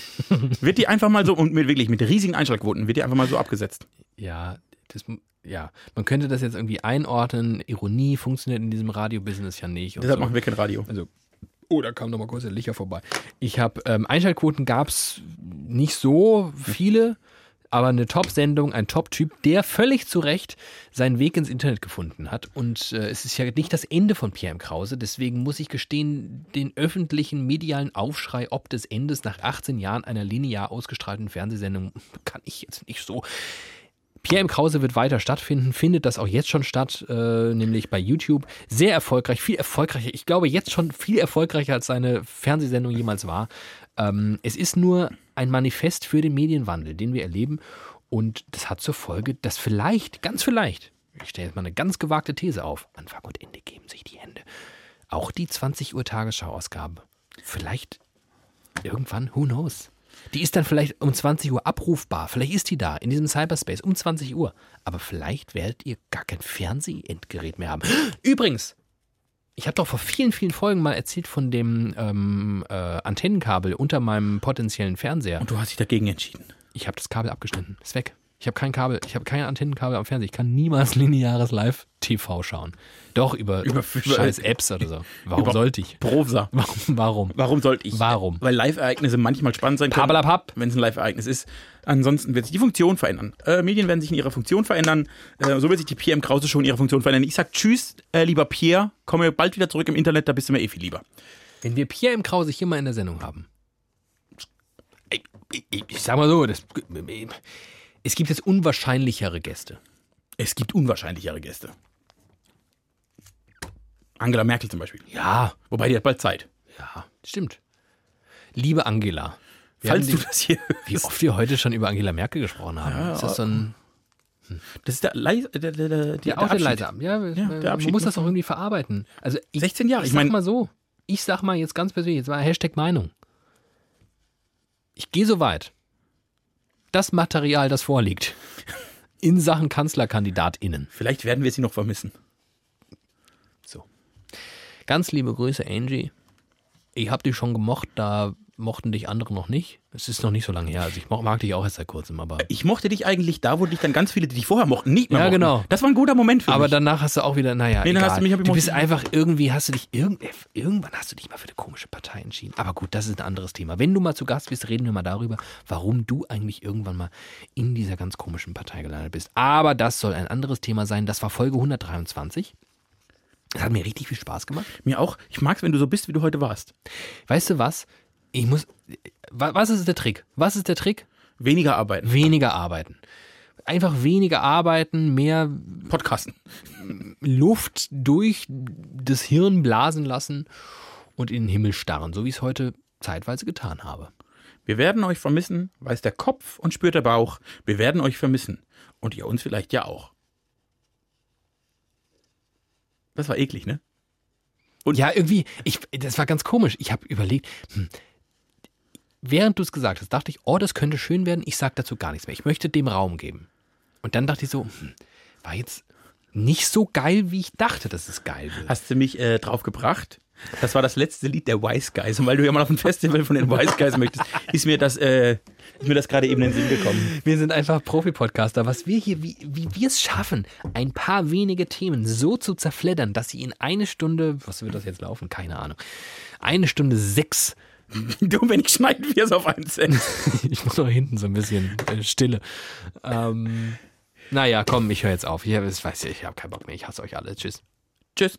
Speaker 1: wird die einfach mal so und mit, wirklich mit riesigen Einschlagquoten wird die einfach mal so abgesetzt.
Speaker 2: Ja, das, ja, man könnte das jetzt irgendwie einordnen. Ironie funktioniert in diesem Radio-Business ja nicht. Und
Speaker 1: Deshalb
Speaker 2: so.
Speaker 1: machen wir kein Radio.
Speaker 2: Also, oh, da kam nochmal kurz der Licher vorbei. Ich habe, ähm, Einschaltquoten gab es nicht so viele, aber eine Top-Sendung, ein Top-Typ, der völlig zu Recht seinen Weg ins Internet gefunden hat. Und äh, es ist ja nicht das Ende von Pierre M. Krause, deswegen muss ich gestehen, den öffentlichen medialen Aufschrei ob des Endes nach 18 Jahren einer linear ausgestrahlten Fernsehsendung kann ich jetzt nicht so Pierre M. Krause wird weiter stattfinden, findet das auch jetzt schon statt, äh, nämlich bei YouTube. Sehr erfolgreich, viel erfolgreicher. Ich glaube, jetzt schon viel erfolgreicher als seine Fernsehsendung jemals war. Ähm, es ist nur ein Manifest für den Medienwandel, den wir erleben. Und das hat zur Folge, dass vielleicht, ganz vielleicht, ich stelle jetzt mal eine ganz gewagte These auf, Anfang und Ende geben sich die Hände. Auch die 20 Uhr Tagesschau-Ausgabe. Vielleicht irgendwann, who knows? Die ist dann vielleicht um 20 Uhr abrufbar. Vielleicht ist die da, in diesem Cyberspace, um 20 Uhr. Aber vielleicht werdet ihr gar kein Fernsehendgerät mehr haben. Übrigens, ich habe doch vor vielen, vielen Folgen mal erzählt von dem ähm, äh, Antennenkabel unter meinem potenziellen Fernseher.
Speaker 1: Und du hast dich dagegen entschieden.
Speaker 2: Ich habe das Kabel abgeschnitten. Ist weg. Ich habe kein Kabel, ich habe kein Antennenkabel am Fernseher. Ich kann niemals lineares Live-TV schauen. Doch über,
Speaker 1: Über- über-
Speaker 2: scheiß Apps oder so. Warum
Speaker 1: Über-
Speaker 2: sollte ich?
Speaker 1: Profsa.
Speaker 2: Warum? Warum?
Speaker 1: Warum sollte ich?
Speaker 2: Warum?
Speaker 1: Weil Live-Ereignisse manchmal spannend sein können,
Speaker 2: Pabalapap.
Speaker 1: wenn es ein Live-Ereignis ist. Ansonsten wird sich die Funktion verändern. Äh, Medien werden sich in ihrer Funktion verändern. Äh, so wird sich die PM Krause schon in ihrer Funktion verändern. Ich sag Tschüss, äh, lieber Pierre. Komme bald wieder zurück im Internet, da bist du mir eh viel lieber.
Speaker 2: Wenn wir Pierre im Krause hier mal in der Sendung haben. Ich, ich, ich sag mal so, das, es gibt jetzt unwahrscheinlichere Gäste.
Speaker 1: Es gibt unwahrscheinlichere Gäste. Angela Merkel zum Beispiel.
Speaker 2: Ja,
Speaker 1: Wobei die hat bald Zeit.
Speaker 2: ja, stimmt. Liebe Angela, wir
Speaker 1: Falls
Speaker 2: haben
Speaker 1: du
Speaker 2: die,
Speaker 1: das hier
Speaker 2: wie oft wir heute schon über Angela Merkel gesprochen haben. ist das so ein
Speaker 1: Das ist der, Leis, der, der, ähm, der,
Speaker 2: Ja, auch der leise ab. Ja, man
Speaker 1: der Abschied
Speaker 2: muss
Speaker 1: muss
Speaker 2: das auch irgendwie verarbeiten. Also ich,
Speaker 1: 16 Jahre,
Speaker 2: Ich,
Speaker 1: ich
Speaker 2: sag
Speaker 1: mein-
Speaker 2: mal so. Ich sag mal jetzt ganz persönlich, jetzt mal Hashtag Meinung. Ich gehe so weit. Das Material, das vorliegt, in Sachen KanzlerkandidatInnen.
Speaker 1: Vielleicht werden wir sie noch vermissen.
Speaker 2: Ganz liebe Grüße, Angie. Ich hab dich schon gemocht, da mochten dich andere noch nicht. Es ist noch nicht so lange her. Also ich mo- mag dich auch erst seit kurzem, aber.
Speaker 1: Ich mochte dich eigentlich da, wo dich dann ganz viele, die dich vorher mochten, nicht mehr
Speaker 2: Ja,
Speaker 1: mochten.
Speaker 2: genau.
Speaker 1: Das war ein guter Moment für
Speaker 2: Aber
Speaker 1: mich.
Speaker 2: danach hast du auch wieder, naja,
Speaker 1: Nee, dann
Speaker 2: egal.
Speaker 1: hast du mich- hab ich
Speaker 2: du
Speaker 1: mal-
Speaker 2: bist einfach irgendwie, hast du dich irgend, äh, irgendwann hast du dich mal für eine komische Partei entschieden. Aber gut, das ist ein anderes Thema. Wenn du mal zu Gast bist, reden wir mal darüber, warum du eigentlich irgendwann mal in dieser ganz komischen Partei gelandet bist. Aber das soll ein anderes Thema sein. Das war Folge 123. Das hat mir richtig viel Spaß gemacht.
Speaker 1: Mir auch. Ich mag's, wenn du so bist, wie du heute warst.
Speaker 2: Weißt du was? Ich muss. wa- Was ist der Trick? Was ist der Trick?
Speaker 1: Weniger arbeiten.
Speaker 2: Weniger arbeiten. Einfach weniger arbeiten, mehr
Speaker 1: Podcasten.
Speaker 2: Luft durch das Hirn blasen lassen und in den Himmel starren, so wie ich es heute zeitweise getan habe.
Speaker 1: Wir werden euch vermissen, weiß der Kopf und spürt der Bauch. Wir werden euch vermissen. Und ihr uns vielleicht ja auch. Das war eklig, ne?
Speaker 2: Und ja, irgendwie, ich, das war ganz komisch. Ich habe überlegt, hm, während du es gesagt hast, dachte ich, oh, das könnte schön werden. Ich sage dazu gar nichts mehr. Ich möchte dem Raum geben. Und dann dachte ich so, hm, war jetzt nicht so geil, wie ich dachte, dass es geil wird.
Speaker 1: Hast du mich äh, drauf gebracht? Das war das letzte Lied der Wise Guys. Und weil du ja mal auf ein Festival von den Wise Guys möchtest, ist mir das, äh, ist mir das gerade eben in den Sinn gekommen.
Speaker 2: Wir sind einfach Profi-Podcaster. Was wir hier, wie, wie wir es schaffen, ein paar wenige Themen so zu zerfleddern, dass sie in eine Stunde, was wird das jetzt laufen? Keine Ahnung. Eine Stunde sechs.
Speaker 1: Du, wenn ich schneiden wir es auf einen Cent.
Speaker 2: Ich muss noch hinten so ein bisschen äh, Stille. Ähm, naja, komm, ich höre jetzt auf. Ich, hab- ich weiß, ich habe keinen Bock mehr. Ich hasse euch alle. Tschüss.
Speaker 1: Tschüss.